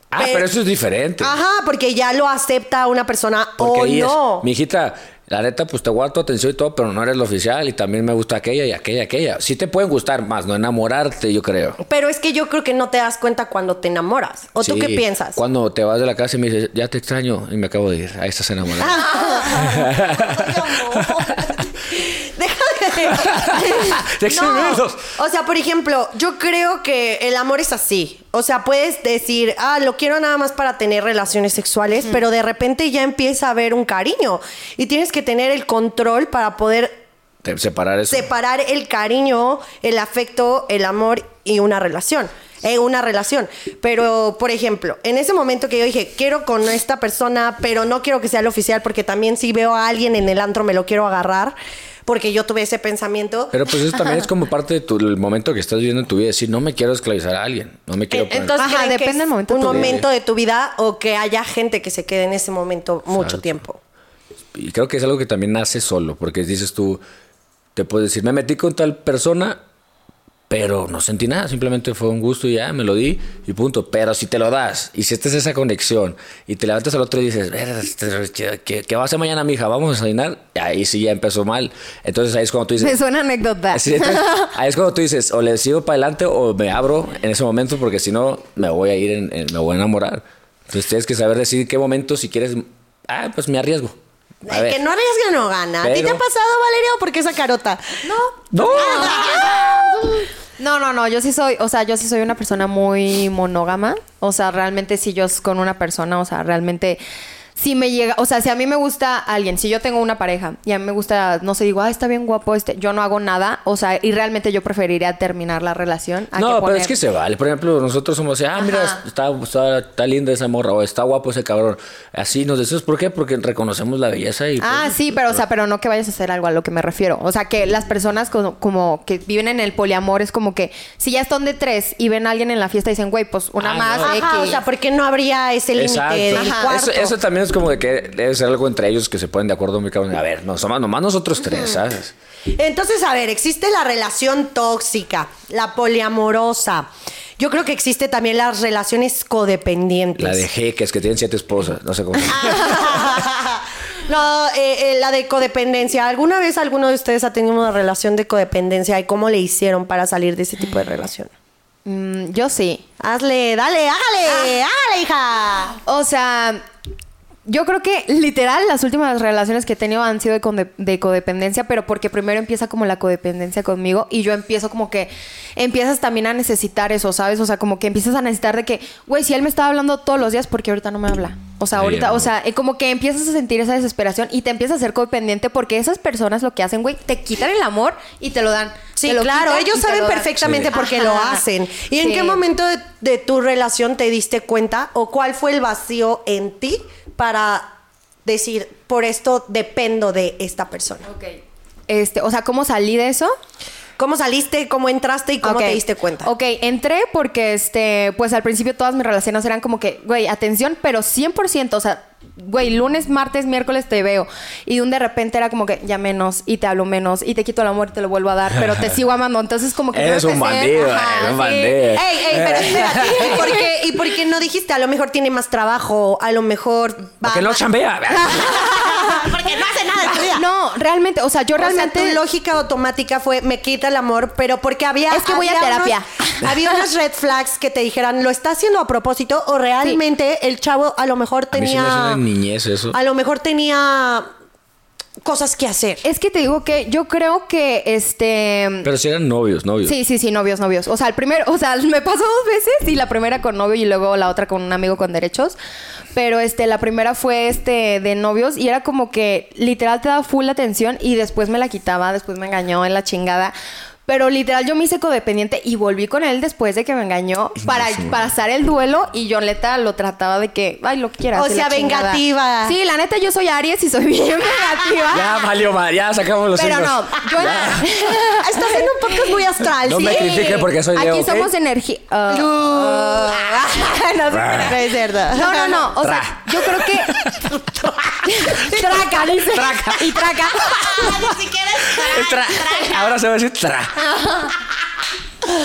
Speaker 1: Ah, pero eso es diferente.
Speaker 2: Ajá, porque ya lo acepta una persona
Speaker 1: Porque
Speaker 2: o
Speaker 1: ahí
Speaker 2: no.
Speaker 1: es, mi hijita, la neta, pues te guardo tu atención y todo, pero no eres la oficial y también me gusta aquella y aquella, aquella. Sí te pueden gustar más, no enamorarte, yo creo.
Speaker 2: Pero es que yo creo que no te das cuenta cuando te enamoras. ¿O tú
Speaker 1: Sí,
Speaker 2: qué piensas?
Speaker 1: Cuando te vas de la casa y me dices, ya te extraño y me acabo de ir, ahí estás
Speaker 2: Ah.
Speaker 1: enamorado.
Speaker 2: no.
Speaker 1: Te exhibes.
Speaker 2: O sea, por ejemplo, yo creo que el amor es así. O sea, puedes decir, ah, lo quiero nada más para tener relaciones sexuales, pero de repente ya empieza a haber un cariño y tienes que tener el control para poder
Speaker 1: Te- separar eso.
Speaker 2: separar el cariño, el afecto, el amor y una relación. En una relación. Pero, por ejemplo, en ese momento que yo dije, quiero con esta persona, pero no quiero que sea el oficial, porque también si veo a alguien en el antro me lo quiero agarrar, porque yo tuve ese pensamiento. Eh,
Speaker 1: Pero pues eso también es como parte del momento que estás viviendo en tu vida, decir, no me quiero esclavizar a alguien, no me quiero poner-
Speaker 2: Eh, Entonces,
Speaker 3: Ajá,
Speaker 2: ¿creen que
Speaker 3: depende
Speaker 2: es
Speaker 3: del momento de
Speaker 2: Un
Speaker 1: tu vida.
Speaker 2: momento de tu vida o que haya gente que se quede en ese momento mucho
Speaker 1: Exacto.
Speaker 2: tiempo.
Speaker 1: Y creo que es algo que también nace solo, porque dices tú, te puedes decir, me metí con tal persona, pero no sentí nada, simplemente fue un gusto y ya, me lo di y punto. Pero si te lo das y si esta es esa conexión y te levantas al otro y dices, "Verga, este ¿qué- ¿qué, qué va a hacer mañana, mija? Vamos a cenar. Ahí sí ya empezó mal. Entonces ahí es cuando tú
Speaker 3: Me
Speaker 1: dices...
Speaker 3: suena
Speaker 2: Ah.
Speaker 3: anécdota.
Speaker 1: Sí, entonces, ahí es cuando tú dices, o le sigo para adelante o me abro en ese momento porque si no me voy a ir, en- en- me voy a enamorar. Entonces tienes que saber decir qué momento si quieres, ah, pues me arriesgo. A
Speaker 2: El
Speaker 1: ver.
Speaker 2: que no arriesga no gana. ¿A ti te
Speaker 1: Pero-
Speaker 2: ha pasado, Valeria, o por qué esa carota?
Speaker 3: No.
Speaker 1: No.
Speaker 2: Ah,
Speaker 3: No, no, no, yo sí soy, o sea, yo sí soy una persona muy monógama, o sea, realmente si yo es con una persona, o sea, realmente si me llega, o sea, si a mí me gusta alguien, si yo tengo una pareja y a mí me gusta, no sé, digo, ah, está bien guapo este, yo no hago nada, o sea, y realmente yo preferiría terminar la relación a
Speaker 1: Ah, No,
Speaker 3: que
Speaker 1: pero
Speaker 3: poner-
Speaker 1: es que se vale. Por ejemplo, nosotros somos así, ah, mira, está, está, está linda esa morra o está guapo ese cabrón. Así nos decimos, ¿por qué? Porque reconocemos la belleza y...
Speaker 3: Ah, sí, pero o sea, pero no que vayas a hacer algo a lo que me refiero. O sea, que las personas como, como que viven en el poliamor es como que si ya están de tres y ven a alguien en la fiesta y dicen, güey, pues una
Speaker 1: Ah,
Speaker 3: más,
Speaker 1: no.
Speaker 3: X".
Speaker 2: Ajá, o sea, ¿por qué no habría ese límite del
Speaker 1: Ajá.
Speaker 2: cuarto?
Speaker 1: pues, Eso, eso también es como de que debe ser algo entre ellos que se ponen de acuerdo muy cabrón. A ver, no, somos nomás nosotros tres, ¿sabes?
Speaker 2: Entonces, a ver, existe la relación tóxica, la poliamorosa. Yo creo que existe también las relaciones codependientes.
Speaker 1: La de jeques que tienen siete esposas, no sé cómo. se
Speaker 2: Ah,
Speaker 1: llama.
Speaker 2: No, eh, eh, la de codependencia. ¿Alguna vez alguno de ustedes ha tenido una relación de codependencia y cómo le hicieron para salir de ese tipo de relación?
Speaker 3: Mm, yo sí.
Speaker 2: Hazle, dale, hágale, hágale, hija.
Speaker 3: O sea, yo creo que literal las últimas relaciones que he tenido han sido de, conde- de codependencia, pero porque primero empieza como la codependencia conmigo y yo empiezo como que empiezas también a necesitar eso, ¿sabes? O sea, como que empiezas a necesitar de que, güey, si él me estaba hablando todos los días, porque ahorita no me habla? O sea,
Speaker 1: Ay,
Speaker 3: ahorita,
Speaker 1: amor.
Speaker 3: o sea, eh, como que empiezas a sentir esa desesperación y te empiezas a ser codependiente porque esas personas lo que hacen, güey, te quitan el amor y te lo dan.
Speaker 2: Sí,
Speaker 3: Te lo
Speaker 2: claro,
Speaker 3: quitan y
Speaker 2: ellos
Speaker 3: te
Speaker 2: saben
Speaker 3: lo dan.
Speaker 2: perfectamente
Speaker 3: Sí.
Speaker 2: por qué lo
Speaker 3: Ajá.
Speaker 2: hacen. ¿Y en
Speaker 3: Sí.
Speaker 2: qué momento de, de tu relación te diste cuenta o cuál fue el vacío en ti para decir, por esto dependo de esta persona?
Speaker 3: Este, o sea, ¿cómo salí de eso?
Speaker 2: ¿Cómo saliste, cómo entraste y cómo
Speaker 3: Ok.
Speaker 2: te diste cuenta?
Speaker 3: Ok, entré porque, este, pues al principio todas mis relaciones eran como que, güey, atención, pero 100%, o sea, güey, lunes, martes, miércoles te veo. Y de un de repente era como que ya menos, y te hablo menos, y te quito el amor y te lo vuelvo a dar, pero te sigo amando. Entonces, como que. creo
Speaker 1: Eres
Speaker 3: que
Speaker 1: un
Speaker 3: sé-
Speaker 1: bandido, eres un bandido.
Speaker 2: Ey, ey, pero espérate, ¿y por, qué, ¿y por qué no dijiste? A lo mejor tiene más trabajo, a lo mejor va
Speaker 1: Porque no
Speaker 2: más-
Speaker 1: chambea.
Speaker 2: Porque no hace nada de tu vida.
Speaker 3: No, realmente, o sea, yo realmente.
Speaker 2: O sea, tu lógica automática fue me quita el amor, pero porque había
Speaker 3: Es que voy a
Speaker 2: había
Speaker 3: terapia.
Speaker 2: unos- había unas red flags que te dijeran, "Lo está haciendo a propósito" o realmente el chavo a lo mejor
Speaker 1: A mí se me hace una
Speaker 2: tenía
Speaker 1: niñez eso.
Speaker 2: a lo mejor tenía cosas que hacer.
Speaker 3: Es que te digo que yo creo que este.
Speaker 1: Pero si eran novios, novios.
Speaker 3: Sí, sí, sí, novios, novios. O sea, el primero, o sea, me pasó dos veces y la primera con novio y luego la otra con un amigo con derechos. Pero este, la primera fue este de novios y era como que literal te daba full la atención y después me la quitaba, después me engañó en la chingada. Pero literal yo me hice codependiente y volví con él después de que me engañó para pasar el duelo y yo neta lo trataba de que, ay, lo que quieras.
Speaker 2: O
Speaker 3: y la
Speaker 2: sea,
Speaker 3: chingada.
Speaker 2: vengativa.
Speaker 3: Sí, la neta yo soy Aries y soy bien vengativa.
Speaker 1: Ya
Speaker 2: Ah.
Speaker 1: valió madre, ya sacamos los
Speaker 3: Pero
Speaker 1: signos.
Speaker 3: no, yo
Speaker 2: Estás en un podcast muy astral.
Speaker 1: No me
Speaker 2: sí.
Speaker 1: critiquen porque soy
Speaker 3: Aquí
Speaker 1: Leo, ¿ok?
Speaker 3: somos uh, energía.
Speaker 2: no, no es cierto.
Speaker 3: No, no, no. O sea, yo creo que. traca, dice. Traca. Y traca.
Speaker 2: Ni siquiera es
Speaker 1: Tra- Ahora se va a decir tra.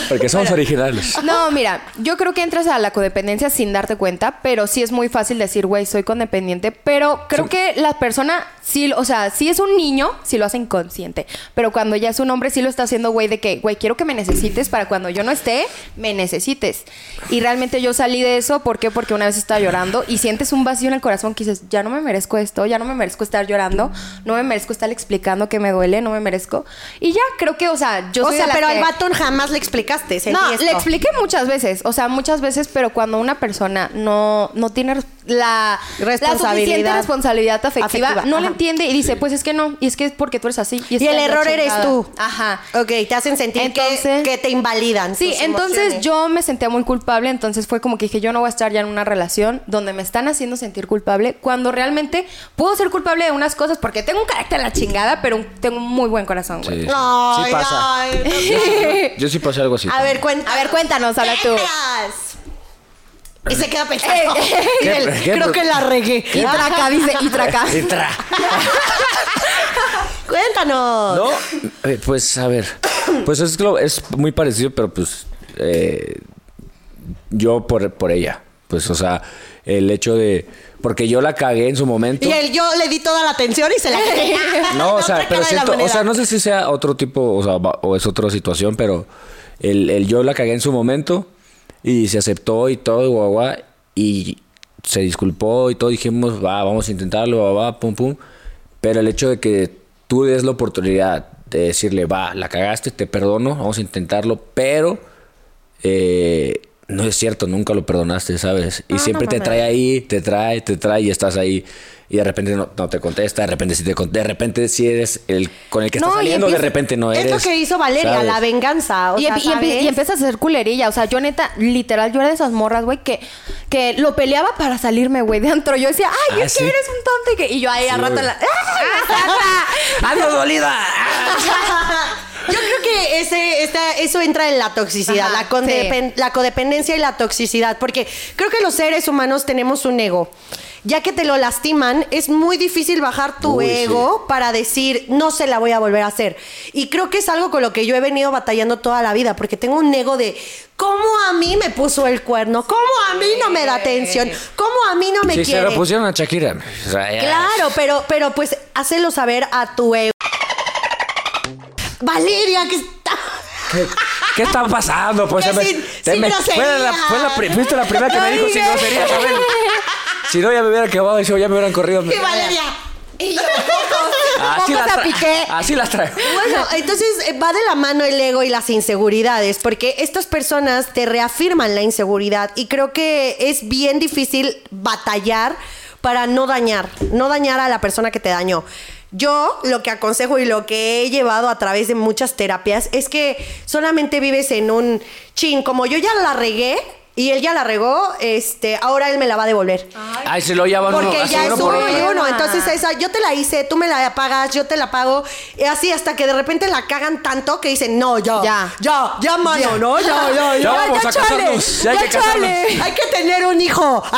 Speaker 1: Porque somos originales.
Speaker 3: No, mira, yo creo que entras a la codependencia sin darte cuenta, pero sí es muy fácil decir, güey, soy codependiente, pero creo que la persona, sí, o sea, si es un niño, sí lo hace inconsciente, pero cuando ya es un hombre, sí lo está haciendo, güey, de que, güey, quiero que me necesites para cuando yo no esté, me necesites. Y realmente yo salí de eso, ¿por qué? Porque una vez estaba llorando y sientes un vacío en el corazón que dices, ya no me merezco esto, ya no me merezco estar llorando, no me merezco estar explicando que me duele, no me merezco. Y ya creo que, o sea, yo
Speaker 2: o
Speaker 3: soy de
Speaker 2: sea,
Speaker 3: la
Speaker 2: pero al
Speaker 3: que-
Speaker 2: vato jamás le explicaste. sentí
Speaker 3: no,
Speaker 2: esto.
Speaker 3: le expliqué muchas veces, o sea, muchas veces, pero cuando una persona no, no tiene res- la, la
Speaker 2: Responsabilidad.
Speaker 3: suficiente responsabilidad afectiva,
Speaker 2: Afectiva,
Speaker 3: no
Speaker 2: ajá.
Speaker 3: la entiende y dice, pues es que no, y es que es porque tú eres así. es
Speaker 2: Y
Speaker 3: que
Speaker 2: el
Speaker 3: la
Speaker 2: error eres
Speaker 3: chingada".
Speaker 2: tú.
Speaker 3: Ajá.
Speaker 2: Ok, te hacen sentir que-
Speaker 3: Entonces-
Speaker 2: que, te invalidan.
Speaker 3: Sí,
Speaker 2: tus
Speaker 3: entonces
Speaker 2: emociones.
Speaker 3: yo me sentía muy culpable, entonces fue como que dije, yo no voy a estar ya en una relación donde me están haciendo sentir culpable, cuando realmente puedo ser culpable de unas cosas porque tengo un carácter a la chingada, pero un- tengo un muy buen corazón, güey.
Speaker 1: Sí, sí.
Speaker 2: Ay,
Speaker 1: Sí pasa.
Speaker 2: ay, no.
Speaker 1: Yo sí pasé algo así.
Speaker 2: A ver, cuéntanos.
Speaker 3: A ver, cuéntanos, habla tú.
Speaker 2: Tetas. Y se queda pensando.
Speaker 3: Eh, eh,
Speaker 2: Y él,
Speaker 1: ¿Qué- qué-
Speaker 2: Creo que la regué.
Speaker 3: Y traca, dice, y traca.
Speaker 1: Y tra.
Speaker 2: Cuéntanos.
Speaker 1: No, eh, pues a ver. Pues es, lo- es muy parecido, pero pues eh, yo por, por ella. Pues, o sea, el hecho de. Porque yo la cagué en su momento.
Speaker 2: Y él, yo le di toda la atención y se la quedé.
Speaker 1: No, o sea,
Speaker 2: otra cara
Speaker 1: pero
Speaker 2: de la
Speaker 1: siento, o
Speaker 2: moneda.
Speaker 1: sea, no sé si sea otro tipo, o sea, va- o es otra situación, pero el, el yo la cagué en su momento y se aceptó y todo, y guau, guau, y se disculpó y todo, dijimos, va, vamos a intentarlo, va, va, pum, pum. Pero el hecho de que tú des la oportunidad de decirle, va, la cagaste, te perdono, vamos a intentarlo, pero eh, no es cierto, nunca lo perdonaste, ¿sabes? Y
Speaker 3: Ah,
Speaker 1: siempre
Speaker 3: no
Speaker 1: te
Speaker 3: mames.
Speaker 1: trae ahí, te trae, te trae y estás ahí. Y de repente no, no te contesta, de repente sí te contesta, de repente sí eres el con el que está
Speaker 2: No, y
Speaker 1: saliendo, de
Speaker 2: empieza-
Speaker 1: repente no eres.
Speaker 2: Es lo que hizo Valeria,
Speaker 1: ¿sabes?
Speaker 2: la venganza. O
Speaker 3: y,
Speaker 2: sea,
Speaker 3: empi- y empi-
Speaker 2: ¿sabes?
Speaker 3: y empiezas a hacer culerilla. O sea, yo neta, literal, yo era de esas morras, güey, que, que lo peleaba para salirme, güey, de antro. Yo decía, ay,
Speaker 1: Ah,
Speaker 3: es
Speaker 1: ¿sí?
Speaker 3: que eres un tonto. Y, que- y yo ahí al
Speaker 1: Sí,
Speaker 3: rato
Speaker 1: güey.
Speaker 3: la... ¡Ah!
Speaker 1: ¡Ando dolida!
Speaker 2: Yo creo que ese, esta- eso entra en la toxicidad,
Speaker 3: Ajá,
Speaker 2: la, condepen- la codependencia y la toxicidad, porque creo que los seres humanos tenemos un ego. Ya que te lo lastiman, es muy difícil bajar tu
Speaker 1: Uy, sí.
Speaker 2: ego para decir, no se la voy a volver a hacer. Y creo que es algo con lo que yo he venido batallando toda la vida, porque tengo un ego de, ¿cómo a mí me puso el cuerno? ¿Cómo a mí no me da atención? ¿Cómo a mí no me
Speaker 1: Sí, se
Speaker 2: quiere?
Speaker 1: lo pusieron a Shakira. O sea, ya-
Speaker 2: Claro, pero, pero pues hácelo saber a tu ego. Valeria, que está.
Speaker 1: ¿Qué, qué está pasando? Pues
Speaker 2: Que
Speaker 1: se me-
Speaker 2: sin-
Speaker 1: te
Speaker 2: sin
Speaker 1: me-
Speaker 2: grosería.
Speaker 1: fue la, fue la pri- fuiste la primera que me
Speaker 2: No
Speaker 1: dijo sin
Speaker 2: digas.
Speaker 1: grosería, ¿saben? Si no, ya me hubieran quemado y si no, ya me hubieran corrido.
Speaker 2: Y Valeria.
Speaker 3: Y yo, pocos, pocos
Speaker 1: Así las,
Speaker 3: a
Speaker 1: Ah, tra-
Speaker 3: piqué.
Speaker 1: así las traigo.
Speaker 2: Bueno, entonces eh, va de la mano el ego y las inseguridades, porque estas personas te reafirman la inseguridad y creo que es bien difícil batallar para no dañar, no dañar a la persona que te dañó. Yo lo que aconsejo y lo que he llevado a través de muchas terapias es que solamente vives en un chin, como yo ya la regué y él ya la regó, este, ahora él me la va a devolver.
Speaker 1: Ay, se lo llevan uno.
Speaker 2: Porque
Speaker 1: así
Speaker 2: ya es
Speaker 1: uno
Speaker 2: uno
Speaker 1: por
Speaker 2: y
Speaker 1: otro.
Speaker 2: uno. Entonces, esa, yo te la hice, tú me la pagas, yo te la pago. Y así hasta que de repente la cagan tanto que dicen, no, ya.
Speaker 3: Ya.
Speaker 2: Ya, ya, mano,
Speaker 3: Ya.
Speaker 2: no, ya, ya, ya.
Speaker 1: Ya vamos a
Speaker 2: chale,
Speaker 1: casarnos, ya hay que
Speaker 2: chale,
Speaker 1: casarnos.
Speaker 2: Hay que tener un hijo.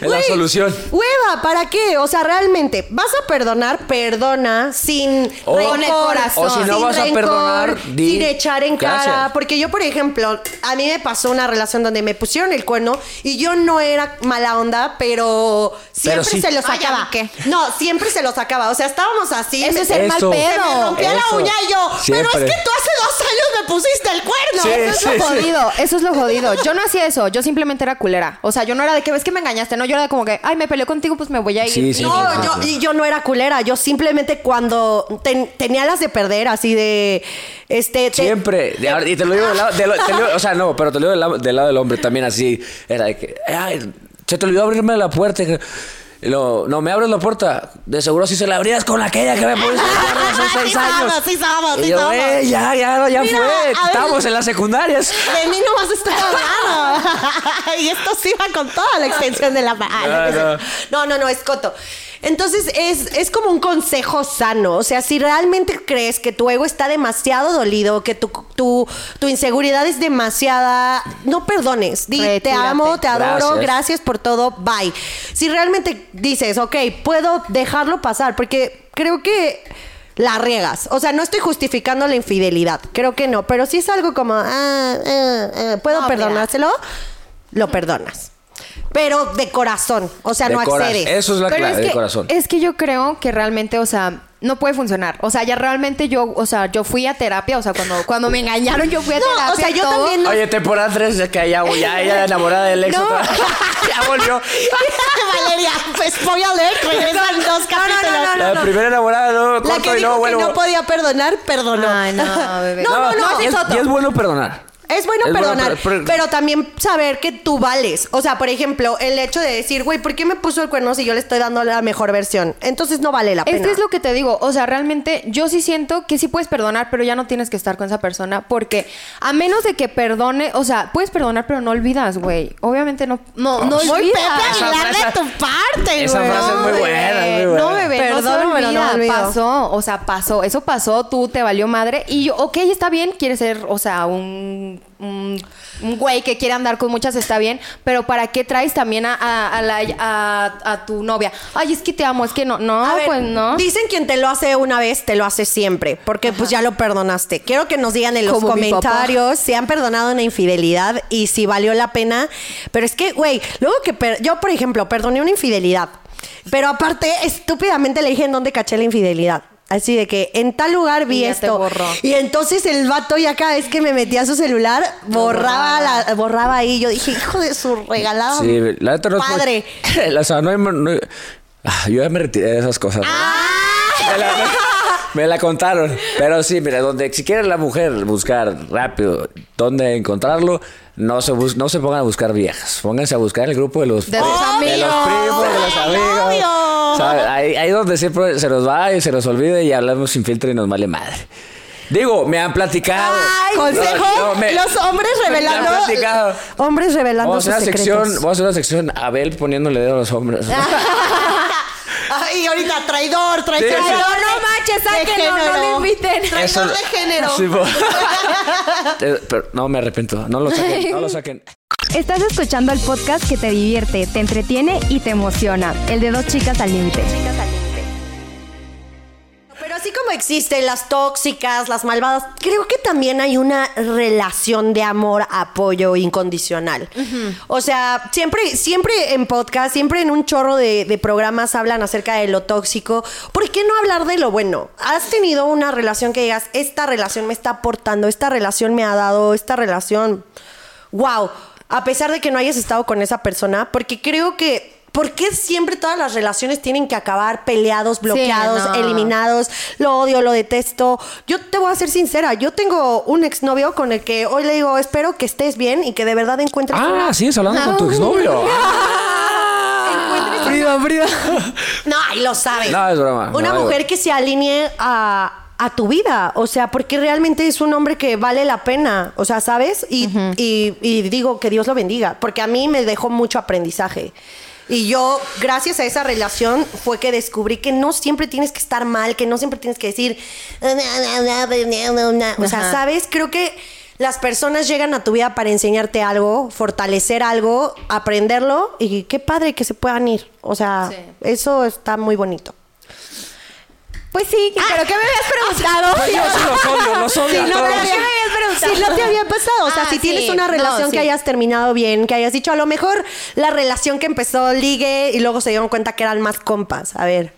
Speaker 1: Es la
Speaker 2: Güey,
Speaker 1: solución.
Speaker 2: Hueva, ¿para qué? O sea, realmente, ¿vas a perdonar? Perdona sin
Speaker 1: O-
Speaker 2: rencor.
Speaker 1: Con el corazón. o si no
Speaker 2: sin
Speaker 1: vas a perdonar, di
Speaker 2: sin echar en cara.
Speaker 1: gracias.
Speaker 2: Porque yo, por ejemplo, a mí me pasó una relación donde me pusieron el cuerno y yo no era mala onda, pero siempre
Speaker 6: Pero sí.
Speaker 2: se lo
Speaker 6: Ay, ya
Speaker 2: sacaba. No, siempre se lo sacaba. O sea, estábamos así.
Speaker 6: Eso
Speaker 2: me-
Speaker 6: es ser mal Eso. pedo.
Speaker 2: Se me rompía la
Speaker 6: Eso.
Speaker 2: uña y yo, pero
Speaker 6: Siempre.
Speaker 2: es que tú hace dos años me pusiste el cuerno.
Speaker 3: No, eso es lo jodido, eso es lo jodido. Yo no hacía eso, yo simplemente era culera. O sea, yo no era de que ves que me engañaste, no, yo era de como que, ay, me peleó contigo, pues me voy a ir.
Speaker 1: Sí, sí,
Speaker 2: no,
Speaker 1: sí, sí,
Speaker 2: yo,
Speaker 1: sí.
Speaker 2: y yo no era culera. Yo simplemente cuando ten- tenía las de perder, así de. Este, te-
Speaker 1: Siempre, de ahora- y te lo digo del lado, de lo- te lo digo- o sea, no, pero te lo digo del, lado- del lado del hombre también así, era de que, ay, se te olvidó abrirme la puerta. Y luego, no, me abres la puerta, de seguro si se la abrías con aquella que me pusiste hace seis años.
Speaker 2: Sí, somos, sí,
Speaker 1: Y yo,
Speaker 2: somos.
Speaker 1: "Eh, ya, ya, ya
Speaker 2: Mira, a ver,
Speaker 1: fue, estamos en las secundarias.
Speaker 2: De mí no vas a estar hablando. y esto sí va con toda la extensión de la mano.
Speaker 1: No, no.
Speaker 2: No, no, no, es coto. Entonces es, es como un consejo sano. O sea, si realmente crees que tu ego está demasiado dolido, que tu, tu, tu inseguridad es demasiada, no perdones. Di, te
Speaker 3: Retírate.
Speaker 2: amo, te adoro,
Speaker 3: Gracias.
Speaker 2: gracias por todo, bye. Si realmente dices, ok, puedo dejarlo pasar, porque creo que la riegas. O sea, no estoy justificando la infidelidad, creo que no, pero si es algo como, ah, ah, ah, puedo
Speaker 3: No, mira.
Speaker 2: perdonárselo, lo perdonas. Pero de corazón, o sea,
Speaker 1: De
Speaker 2: no
Speaker 1: corazón.
Speaker 2: accedes.
Speaker 1: Eso es la
Speaker 3: Pero
Speaker 1: clave,
Speaker 3: es
Speaker 1: de
Speaker 3: que,
Speaker 1: corazón.
Speaker 3: Es que yo creo que realmente, o sea, no puede funcionar. O sea, ya realmente yo, o sea, yo fui a terapia, o sea, cuando, cuando me engañaron yo fui a
Speaker 2: No, o
Speaker 3: terapia.
Speaker 2: sea,
Speaker 3: y
Speaker 2: yo
Speaker 3: todo.
Speaker 2: también
Speaker 1: Oye, temporada 3 es que ya, ya ella enamorada del ex otra vez. ya volvió.
Speaker 2: Valeria, pues voy a leer, regresan dos capítulos.
Speaker 1: la primera enamorada, no,
Speaker 2: La
Speaker 1: corto
Speaker 2: que
Speaker 1: y
Speaker 2: dijo
Speaker 1: luego
Speaker 2: que
Speaker 1: vuelvo.
Speaker 2: no podía perdonar, perdonó.
Speaker 3: no, bebé.
Speaker 2: No, no, no, ese
Speaker 1: y
Speaker 2: es
Speaker 1: es,
Speaker 2: otro.
Speaker 1: y es bueno perdonar.
Speaker 2: Es bueno
Speaker 1: Es bueno,
Speaker 2: perdonar,
Speaker 1: pero- pero-
Speaker 2: pero también saber que tú vales. O sea, por ejemplo, el hecho de decir, güey, ¿por qué me puso el cuerno si yo le estoy dando la mejor versión? Entonces no vale la pena.
Speaker 3: Este es lo que te digo, o sea, realmente yo sí siento que sí puedes perdonar, pero ya no tienes que estar con esa persona porque a menos de que perdone, o sea, puedes perdonar, pero no olvidas, güey. Obviamente no, no, no
Speaker 2: Muy
Speaker 3: olvidas.
Speaker 2: Pepe Aguilar Esa frase- de tu parte,
Speaker 1: esa güey. frase es muy
Speaker 3: No,
Speaker 1: buena,
Speaker 3: bebé,
Speaker 1: es muy buena.
Speaker 3: No, bebé,
Speaker 2: Perdón,
Speaker 3: no se
Speaker 2: pero no
Speaker 3: olvida,
Speaker 2: olvido.
Speaker 3: pasó, o sea, pasó, eso pasó, tú te valió madre y yo, ok, está bien, quieres ser, o sea, un... Un, un güey que quiere andar con muchas está bien, pero ¿para qué traes también a, a- a la- a- a tu novia? Ay, es que te amo, es que no, no,
Speaker 2: A ver,
Speaker 3: pues no.
Speaker 2: Dicen quien te lo hace una vez, te lo hace siempre, porque pues ya lo perdonaste. Quiero que nos digan en los
Speaker 3: Como mi papá.
Speaker 2: comentarios si han perdonado una infidelidad y si valió la pena. Pero es que, güey, luego que per- yo, por ejemplo, perdoné una infidelidad, pero aparte estúpidamente le dije en dónde caché la infidelidad. Así de que en tal lugar vi
Speaker 3: Y ya te
Speaker 2: esto.
Speaker 3: borró.
Speaker 2: Y entonces el vato ya cada vez que me metía a su celular, borraba, la, borraba ahí. Yo dije, hijo de su regalado.
Speaker 1: Sí, la neta no es muy-
Speaker 2: Padre.
Speaker 1: o sea, no hay. no hay- Ah, yo ya me retiré de esas cosas.
Speaker 2: Ah.
Speaker 1: Me, la, me la contaron. Pero sí, mira, donde si quiere la mujer buscar rápido dónde encontrarlo, no se, bus- no se pongan a buscar viejas. Pónganse a buscar el grupo de los,
Speaker 3: De sus
Speaker 1: de los
Speaker 3: amigos.
Speaker 1: primos, de los amigos. ¿Sabe? Ahí, ahí donde siempre se nos va y se nos olvida y hablamos sin filtro y nos vale madre. Digo, me han platicado.
Speaker 2: Ay,
Speaker 1: No,
Speaker 2: consejo,
Speaker 1: no, me-
Speaker 2: los hombres
Speaker 1: me han
Speaker 2: revelando.
Speaker 1: platicado.
Speaker 2: Hombres revelando
Speaker 1: Vamos a
Speaker 2: sus
Speaker 1: hacer una
Speaker 2: secretos.
Speaker 1: sección, vamos a hacer una sección Abel poniéndole dedo a los hombres.
Speaker 2: Ay, ahorita traidor, traidor.
Speaker 1: Sí, sí.
Speaker 2: traidor,
Speaker 3: No manches, sáquenlo, no
Speaker 2: género.
Speaker 3: lo inviten.
Speaker 2: Traidor
Speaker 1: Eso-
Speaker 2: de género.
Speaker 1: Sí, po. Eh, Pero no me arrepiento, no lo saquen, no lo saquen.
Speaker 7: Estás escuchando el podcast que te divierte, te entretiene y te emociona. El de dos chicas al límite.
Speaker 2: Pero así como existen las tóxicas, las malvadas, creo que también hay una relación de amor, apoyo incondicional. O sea, siempre, siempre en podcast, siempre en un chorro de, de programas hablan acerca de lo tóxico. ¿Por qué no hablar de lo bueno? ¿Has tenido una relación que digas, esta relación me está aportando, esta relación me ha dado, esta relación wow, a pesar de que no hayas estado con esa persona, porque creo que, ¿por qué siempre todas las relaciones tienen que acabar peleados, bloqueados,
Speaker 3: no.
Speaker 2: eliminados? Lo odio, lo detesto. Yo te voy a ser sincera, yo tengo un exnovio con el que hoy le digo, espero que estés bien y que de verdad encuentres...
Speaker 1: Ah,
Speaker 2: una- Ah,
Speaker 1: sigues hablando con tu exnovio. Frida, Frida.
Speaker 2: No, ay, lo sabes.
Speaker 1: No, es broma.
Speaker 2: Una
Speaker 1: No, es-
Speaker 2: mujer que se alinee a, a tu vida. O sea, porque realmente es un hombre que vale la pena. O sea, ¿sabes? Y, y- y digo que Dios lo bendiga. Porque a mí me dejó mucho aprendizaje. Y yo, gracias a esa relación, fue que descubrí que no siempre tienes que estar mal, que no siempre tienes que decir. "Ah, O sea,
Speaker 3: Ajá.
Speaker 2: ¿sabes? Creo que las personas llegan a tu vida para enseñarte algo, fortalecer algo, aprenderlo y qué padre que se puedan ir. O sea,
Speaker 3: Sí.
Speaker 2: eso está muy bonito.
Speaker 3: Pues sí, pero ¿qué me habías preguntado?
Speaker 1: Ay, yo sí los odio, los odio
Speaker 3: Sí,
Speaker 1: a
Speaker 3: no, pero
Speaker 1: todos.
Speaker 3: ¿qué me habías
Speaker 2: si no te había pasado. O sea,
Speaker 3: Ah,
Speaker 2: si tienes
Speaker 3: sí.
Speaker 2: una
Speaker 3: No,
Speaker 2: relación que
Speaker 3: sí.
Speaker 2: hayas terminado bien, que hayas dicho, a lo mejor la relación que empezó ligue y luego se dieron cuenta que eran más compas. A ver.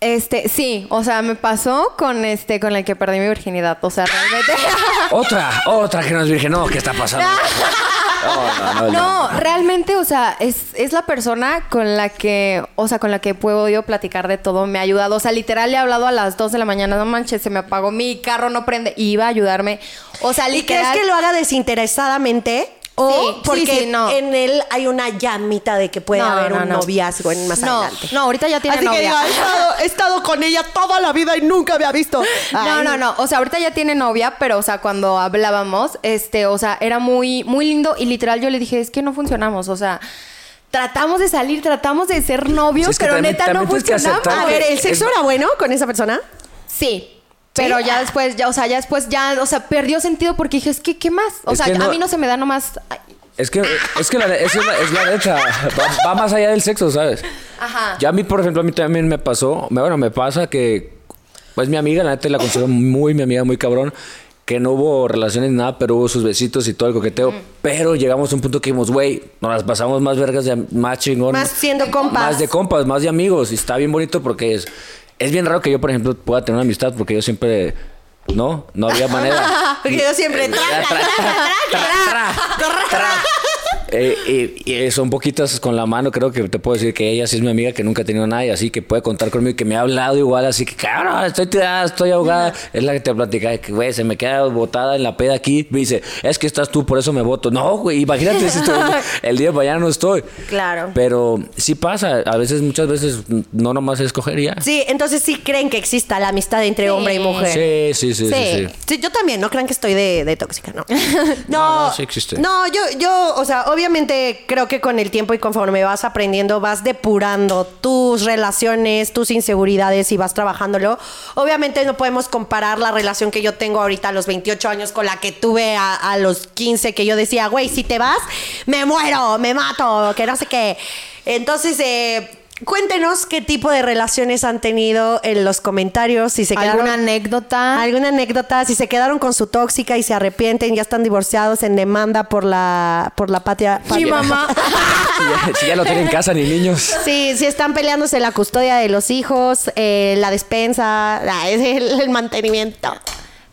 Speaker 3: Este, sí, o sea, me pasó con este, con el que perdí mi virginidad. O sea, realmente.
Speaker 1: Otra, otra que no es virgen. No, ¿qué está pasando? No, no, no.
Speaker 3: No, realmente, o sea, es, es la persona con la que, o sea, con la que puedo yo platicar de todo, me ha ayudado. O sea, literal le he hablado a las 2 de la mañana, no manches, se me apagó mi carro, no prende, y iba a ayudarme. O sea,
Speaker 2: ¿Y crees
Speaker 3: literal.
Speaker 2: que lo haga desinteresadamente? O
Speaker 3: Sí, sí,
Speaker 2: porque
Speaker 3: sí, no.
Speaker 2: en él hay una llamita de que puede
Speaker 3: No,
Speaker 2: haber
Speaker 3: no,
Speaker 2: un
Speaker 3: no.
Speaker 2: noviazgo en más
Speaker 3: No,
Speaker 2: adelante.
Speaker 3: no, ahorita ya tiene
Speaker 2: Así
Speaker 3: novia.
Speaker 2: que digo, he estado, he estado con ella toda la vida y nunca había visto.
Speaker 3: No, no, no. O sea, ahorita ya tiene novia, pero, o sea, cuando hablábamos, este, o sea, era muy, muy lindo y literal yo le dije, es que no funcionamos, o sea. Tratamos de salir, tratamos de ser novios,
Speaker 2: Sí, es que
Speaker 3: pero
Speaker 2: también-
Speaker 3: neta no
Speaker 2: también tienes que
Speaker 3: funcionamos.
Speaker 2: aceptar A ver, que ¿el sexo es- era bueno con esa persona?
Speaker 3: Sí. Pero ya después, ya, o sea, ya después ya, o sea, perdió sentido porque dije, es que, ¿qué más? O
Speaker 1: Es
Speaker 3: sea,
Speaker 1: que no-
Speaker 3: a mí no se me da nomás. ay,
Speaker 1: Es que, es que la, ne- es la, es la neta. Va, va más allá del sexo, ¿sabes?
Speaker 3: Ajá.
Speaker 1: Ya a mí, por ejemplo, a mí también me pasó, me- bueno, me pasa que, pues mi amiga, la neta la considero muy mi amiga, muy cabrón, que no hubo relaciones ni nada, pero hubo sus besitos y todo el coqueteo, pero llegamos a un punto que dijimos, güey, nos las pasamos más vergas, de, am- más chingón.
Speaker 2: Más siendo compas.
Speaker 1: Más de compas, más de amigos, y está bien bonito porque es, es bien raro que yo, por ejemplo, pueda tener una amistad porque yo siempre, no, no había manera.
Speaker 2: Porque yo siempre tra, tra, tra,
Speaker 1: Eh, y, y son poquitas con la mano, creo que te puedo decir que ella sí es mi amiga, que nunca ha tenido nada y así que puede contar conmigo y que me ha hablado igual, así que claro, estoy tirada, estoy ahogada. Es la que te platica de que, güey, se me queda botada en la peda aquí. Me dice, es que estás tú, por eso me voto. No, güey, imagínate si estoy- el día de mañana no estoy.
Speaker 2: Claro.
Speaker 1: Pero sí pasa, a veces, muchas veces, no nomás es coger y ya.
Speaker 2: Sí, entonces sí creen que exista la amistad entre
Speaker 1: Sí.
Speaker 2: hombre y mujer.
Speaker 1: Sí, sí, sí, sí, Sí. sí.
Speaker 2: yo también, no crean que estoy de, de tóxica, no. no,
Speaker 1: no, sí existe.
Speaker 2: No, yo, yo, o sea, obviamente creo que con el tiempo y conforme vas aprendiendo, vas depurando tus relaciones, tus inseguridades y vas trabajándolo. Obviamente no podemos comparar la relación que yo tengo ahorita a los 28 años con la que tuve a, a los 15, que yo decía, güey, si te vas, me muero, me mato, que no sé qué. Entonces, eh, Cuéntenos qué tipo de relaciones han tenido en los comentarios, si se quedaron...
Speaker 3: ¿Alguna anécdota?
Speaker 2: Alguna anécdota, si se quedaron con su tóxica y se arrepienten, ya están divorciados en demanda por la, por la patria...
Speaker 1: Mi
Speaker 2: patria-
Speaker 1: mamá. Si ya, si ya no tienen casa ni niños.
Speaker 2: Sí, sí están peleándose la custodia de los hijos, eh, la despensa, la- el, el mantenimiento.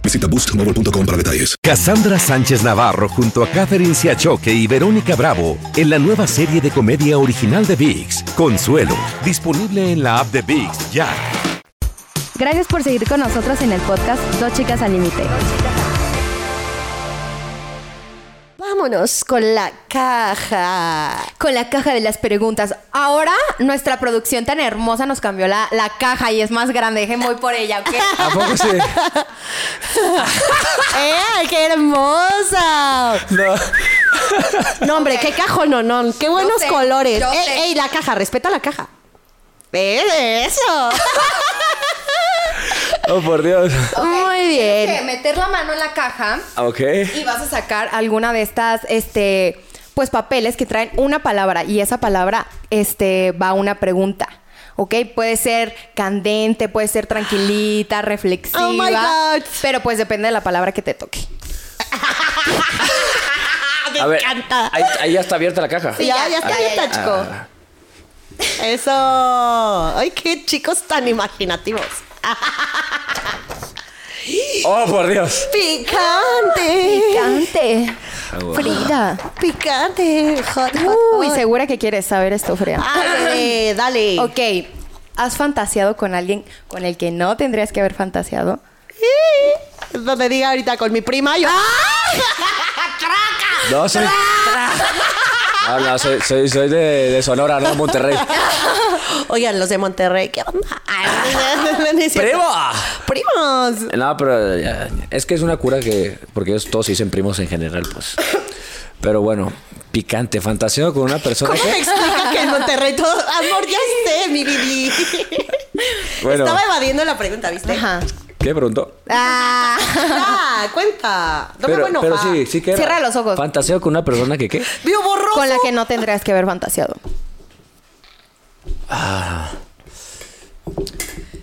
Speaker 6: Visita boostmobile.com para detalles.
Speaker 8: Cassandra Sánchez Navarro junto a Catherine Siachoque y Verónica Bravo en la nueva serie de comedia original de VIX, Consuelo, disponible en la app de VIX ya.
Speaker 7: Gracias por seguir con nosotros en el podcast Dos Chicas al Límite.
Speaker 2: Vámonos con la caja.
Speaker 3: Con la caja de las preguntas. Ahora nuestra producción tan hermosa nos cambió la, la caja y es más grande. Dejen voy por ella, ¿ok?
Speaker 1: ¿A poco sí?
Speaker 2: ¡Eh, qué hermosa! No. hombre, qué cajón, no, no. Qué buenos
Speaker 3: sé,
Speaker 2: colores.
Speaker 3: yo
Speaker 2: Ey,
Speaker 3: sé.
Speaker 2: ey, la caja, respeta la caja. Eh, eso.
Speaker 1: Oh, por Dios.
Speaker 2: Muy
Speaker 3: Tienes
Speaker 2: bien.
Speaker 3: que meter la mano en la caja
Speaker 1: Ok.
Speaker 3: y vas a sacar alguna de estas, este, pues papeles que traen una palabra y esa palabra, este, va una pregunta. ¿Ok? Puede ser candente, puede ser tranquilita, reflexiva.
Speaker 2: Oh my God.
Speaker 3: Pero pues depende de la palabra que te toque.
Speaker 1: A ver, ahí, ahí ya está abierta la caja.
Speaker 2: Sí, ya, ya está abierta, chico. Eso. Ay, qué chicos tan imaginativos.
Speaker 1: Oh, por Dios.
Speaker 2: Picante.
Speaker 3: Picante. Frida.
Speaker 2: Picante. Hot, hot,
Speaker 3: Uy,
Speaker 2: hot.
Speaker 3: segura que quieres saber esto, Frida.
Speaker 2: Ándale, dale.
Speaker 3: Ok. ¿Has fantaseado con alguien con el que no tendrías que haber fantaseado?
Speaker 2: Donde diga ahorita con mi prima, yo.
Speaker 1: No, soy. No, no, soy, soy, soy de, de Sonora, no de Monterrey.
Speaker 2: Oigan, los de Monterrey, ¿qué onda? ¡Prima! ¡Primos!
Speaker 1: Ah. No, pero ya, es que es una cura que. Porque ellos todos se dicen primos en general, pues. Pero bueno, picante, fantaseo con una persona
Speaker 2: ¿Cómo me
Speaker 1: que.
Speaker 2: explica que en Monterrey todo. Amor, ya sé, mi Bibi.
Speaker 1: Bueno.
Speaker 2: Estaba evadiendo la pregunta, ¿viste? Ajá.
Speaker 1: ¿Qué preguntó?
Speaker 2: Ah, cuenta. No me
Speaker 1: pero,
Speaker 2: voy a enojar.
Speaker 1: pero sí, sí que. era.
Speaker 3: Cierra los ojos.
Speaker 1: Fantaseo con una persona que qué.
Speaker 2: ¡Vivo borroso!
Speaker 3: Con la que no tendrías que haber fantaseado.
Speaker 1: Ah,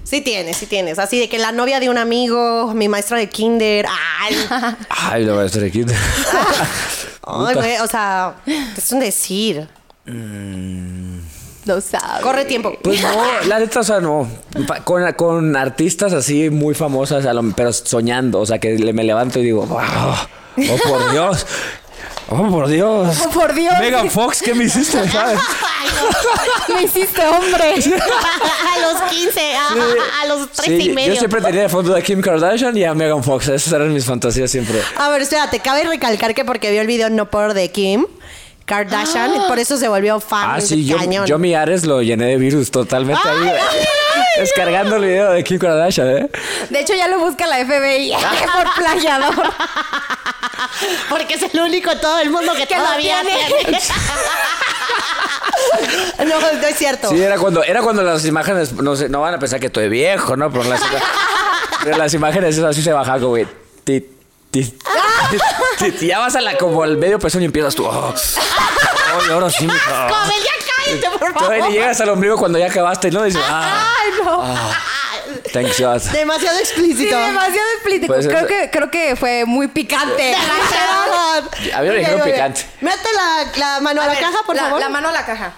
Speaker 2: Sí tienes, sí tienes. Así de que la novia de un amigo, mi maestra de kinder. Ay,
Speaker 1: ay, lo voy a hacer aquí.
Speaker 2: ay, güey, o sea, es un decir.
Speaker 3: Lo sabes.
Speaker 2: Corre tiempo.
Speaker 1: Pues no, la neta, o sea, no. Pa- Con, con artistas así muy famosas, a lo- pero soñando. O sea, que le- me levanto y digo, wow, oh por Dios, oh por Dios.
Speaker 3: Oh, por Dios.
Speaker 1: Megan Fox, ¿qué me hiciste? ¿Sabes?
Speaker 3: Me hiciste hombre.
Speaker 2: a los 15, a, a- a los 13
Speaker 1: Sí,
Speaker 2: y medio.
Speaker 1: yo siempre tenía de fondo a Kim Kardashian y a Megan Fox. Esas eran mis fantasías siempre.
Speaker 2: A ver, espérate, cabe recalcar que porque vio el video no por de Kim Kardashian, por eso se volvió fan
Speaker 1: Ah, sí, yo,
Speaker 2: pues cañón.
Speaker 1: yo mi Ares lo llené de virus totalmente ahí. Descargando el video de Kim Kardashian, ¿eh?
Speaker 3: De hecho, ya lo busca la FBI por plagiador.
Speaker 2: Porque es el único en todo el mundo que,
Speaker 3: Que lo
Speaker 2: todavía
Speaker 3: tiene.
Speaker 2: no, no es cierto.
Speaker 1: Sí, era cuando, era cuando las imágenes, no sé, no van a pensar que estoy viejo, ¿no? Pero las, pero las imágenes esas así se bajaban como que. ti, ti, ti, ti, ti. ya vas a la como al medio peso y empiezas tú. Oh, oh, y ahora sí, mijo.
Speaker 2: Joven, ya cállate, por
Speaker 1: Todavía
Speaker 2: favor.
Speaker 1: le llegas al ombligo cuando ya acabaste, ¿no? Dices, ah,
Speaker 2: Ay, no.
Speaker 1: thanks God.
Speaker 2: Demasiado explícito.
Speaker 3: Sí, demasiado explícito.
Speaker 1: Pues
Speaker 3: creo,
Speaker 1: eso-
Speaker 3: que, creo que fue muy picante.
Speaker 1: A mí me dijeron picante.
Speaker 2: Mete la, la mano a, la
Speaker 3: ver,
Speaker 2: caja, por
Speaker 3: la-
Speaker 2: favor.
Speaker 3: La mano a la caja.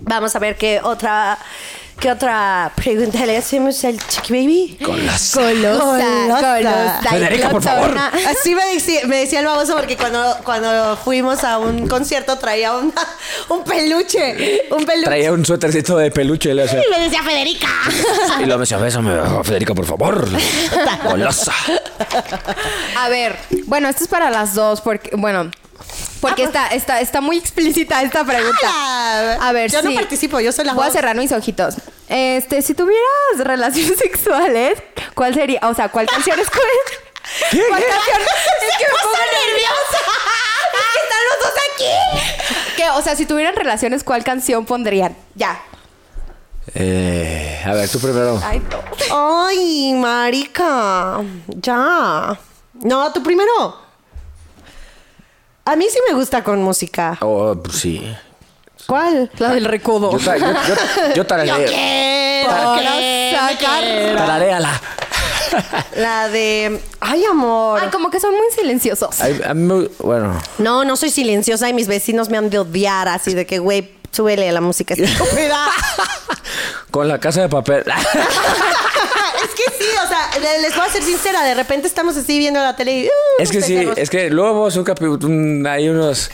Speaker 2: Vamos a ver qué otra qué otra pregunta le hacemos al Chiqui Baby.
Speaker 1: Golosa.
Speaker 3: Golosa, golosa y
Speaker 1: Federica, por favor.
Speaker 3: glotona.
Speaker 2: Así Ah, me decía, me decía el baboso porque cuando, cuando fuimos a un concierto traía una- un peluche. Un peluche.
Speaker 1: Traía un suétercito de peluche y le hacía.
Speaker 2: Y me decía Federica.
Speaker 1: Y lo me decía, bésame, oh, Federica, por favor. Golosa.
Speaker 3: A ver, bueno, esto es para las dos, porque, bueno,
Speaker 2: Ah, pues.
Speaker 3: porque está, está, está muy explícita esta pregunta. A ver,
Speaker 2: Yo no
Speaker 3: sí.
Speaker 2: participo, yo soy la
Speaker 3: Voy a
Speaker 2: voz.
Speaker 3: cerrar mis ojitos. Este, si tuvieras relaciones sexuales, ¿cuál sería? O sea, ¿cuál canción es
Speaker 1: ¿Qué?
Speaker 3: ¿Cuál canción?
Speaker 2: Es que me pongo nerviosa.
Speaker 3: Es que están los dos aquí. ¿Qué? O sea, si tuvieran relaciones, ¿cuál canción pondrían? Ya.
Speaker 1: Eh, a ver, tú primero.
Speaker 3: Ay, no.
Speaker 2: Ay, marica. Ya. No, tú primero. A mí sí me gusta con música.
Speaker 1: Oh, pues sí.
Speaker 2: ¿Cuál?
Speaker 3: La del recodo.
Speaker 1: Yo, ta- yo, yo, yo tarareo.
Speaker 2: Quiero sacar.
Speaker 1: Tarareala.
Speaker 2: La de. Ay, amor.
Speaker 3: Ay, como que son muy silenciosos.
Speaker 1: Ay, a mí me- bueno,
Speaker 2: No, no soy silenciosa y mis vecinos me han de odiar así de que, güey, súbele a la música estúpida.
Speaker 1: con la casa de papel.
Speaker 2: es que sí, o sea, le- les voy a ser sincera, de repente estamos así viendo la tele y. uh,
Speaker 1: es que sí,
Speaker 2: pensamos,
Speaker 1: es que luego vos un capi- un- hay unos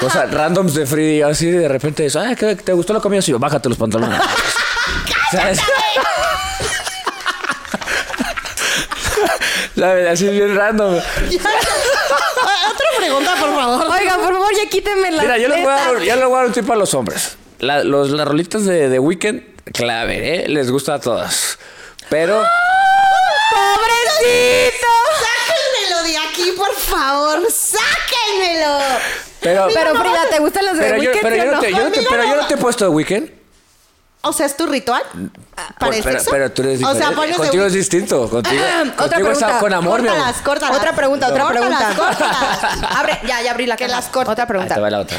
Speaker 1: cosas randoms de Free así de repente es, "Ay, ¿qué- ¿te gustó la comida? Sí, yo, bájate los pantalones. ¿Sabes? ¿Sabes? Así bien random.
Speaker 2: Otra pregunta, por favor.
Speaker 3: Oiga, por favor, ya quítenme la.
Speaker 1: Mira, yo le voy a dar, yo le voy a dar un tip a los hombres. La- los, las rolitas de, de Weekend, clave, ¿eh? Les gusta a todas. Pero...
Speaker 3: ¡Pobrecito!
Speaker 2: Sáquenmelo de aquí, por favor. Sáquenmelo.
Speaker 1: Pero,
Speaker 3: Pero Frida, ¿te gustan las de
Speaker 1: Pero yo,
Speaker 3: Weekend?
Speaker 1: pero
Speaker 3: sí o
Speaker 1: yo no te, yo no te-
Speaker 2: Conmigo
Speaker 1: pero
Speaker 2: no
Speaker 1: yo no
Speaker 2: va.
Speaker 1: te he puesto de weekend.
Speaker 2: O sea, ¿es tu ritual? ¿Para el
Speaker 1: Pues, pero,
Speaker 2: sexo?
Speaker 1: pero tú eres
Speaker 2: O
Speaker 1: diferente.
Speaker 2: sea, pones de
Speaker 1: contigo es distinto. Contigo,
Speaker 3: Otra
Speaker 1: contigo está
Speaker 3: pregunta.
Speaker 1: con amor, mi amor.
Speaker 2: Córtalas, córtalas.
Speaker 3: Otra pregunta, otra
Speaker 2: Córtalas,
Speaker 3: pregunta.
Speaker 2: córtalas.
Speaker 3: Abre, ya, ya abrí la que las corta. Otra
Speaker 1: Ahí te
Speaker 3: pregunta.
Speaker 1: va la otra.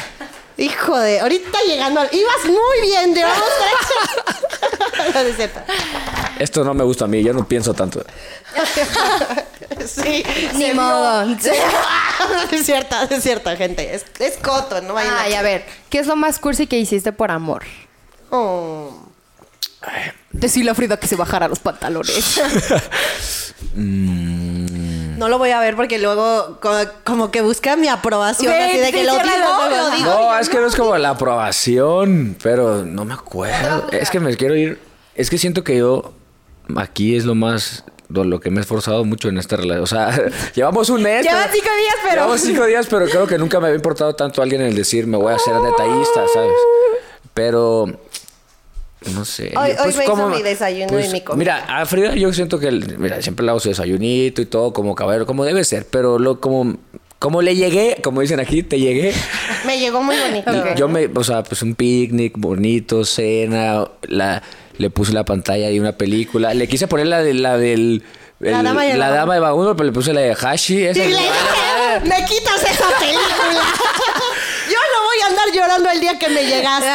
Speaker 2: Hijo de, ahorita llegando al... Ibas muy bien, de vamos No, no es cierto.
Speaker 1: Esto no me gusta a mí, yo no pienso tanto.
Speaker 2: Sí.
Speaker 3: Ni
Speaker 2: se
Speaker 3: modo.
Speaker 2: vio. No es cierto, no es cierto, gente. Es, es coto, no vayan
Speaker 3: Ay, a ver, ¿qué es lo más cursi que hiciste por amor?
Speaker 2: Oh.
Speaker 3: Decirle a Frida que se bajara los pantalones.
Speaker 2: No lo voy a ver porque luego co- como que busca mi aprobación
Speaker 9: Ve,
Speaker 2: así de que
Speaker 9: sí,
Speaker 2: lo digo,
Speaker 9: ciérralo,
Speaker 2: lo digo.
Speaker 1: No, es que no es como la aprobación, pero no me acuerdo. Es que me quiero ir. Es que siento que yo aquí es lo más lo, lo que me he esforzado mucho en esta relación. O sea, llevamos un mes.
Speaker 3: Llevan
Speaker 1: pero-
Speaker 3: cinco días, pero.
Speaker 1: Llevamos cinco días, pero creo que nunca me había importado tanto alguien el decir me voy a ser detallista, ¿sabes? Pero no sé.
Speaker 2: Hoy, hoy
Speaker 1: Pues,
Speaker 2: me
Speaker 1: ¿cómo?
Speaker 2: hizo mi desayuno
Speaker 1: Pues,
Speaker 2: y mi comida.
Speaker 1: Mira, a Frida yo siento que el- mira, siempre le hago su desayunito y todo como caballero, como debe ser, pero lo como como le llegué, como dicen aquí, te llegué.
Speaker 2: Me llegó muy bonito.
Speaker 1: Yo me, o sea, pues un picnic bonito, cena, la, le puse la pantalla y una película. Le quise poner la de la del
Speaker 2: La
Speaker 1: el-
Speaker 2: dama y el
Speaker 1: la
Speaker 2: vagabundo.
Speaker 1: dama de vagabundo, pero le puse la de Hashi, esa.
Speaker 2: Y le dije, me quitas esa película. Yo no voy a andar llorando el día que me llegaste.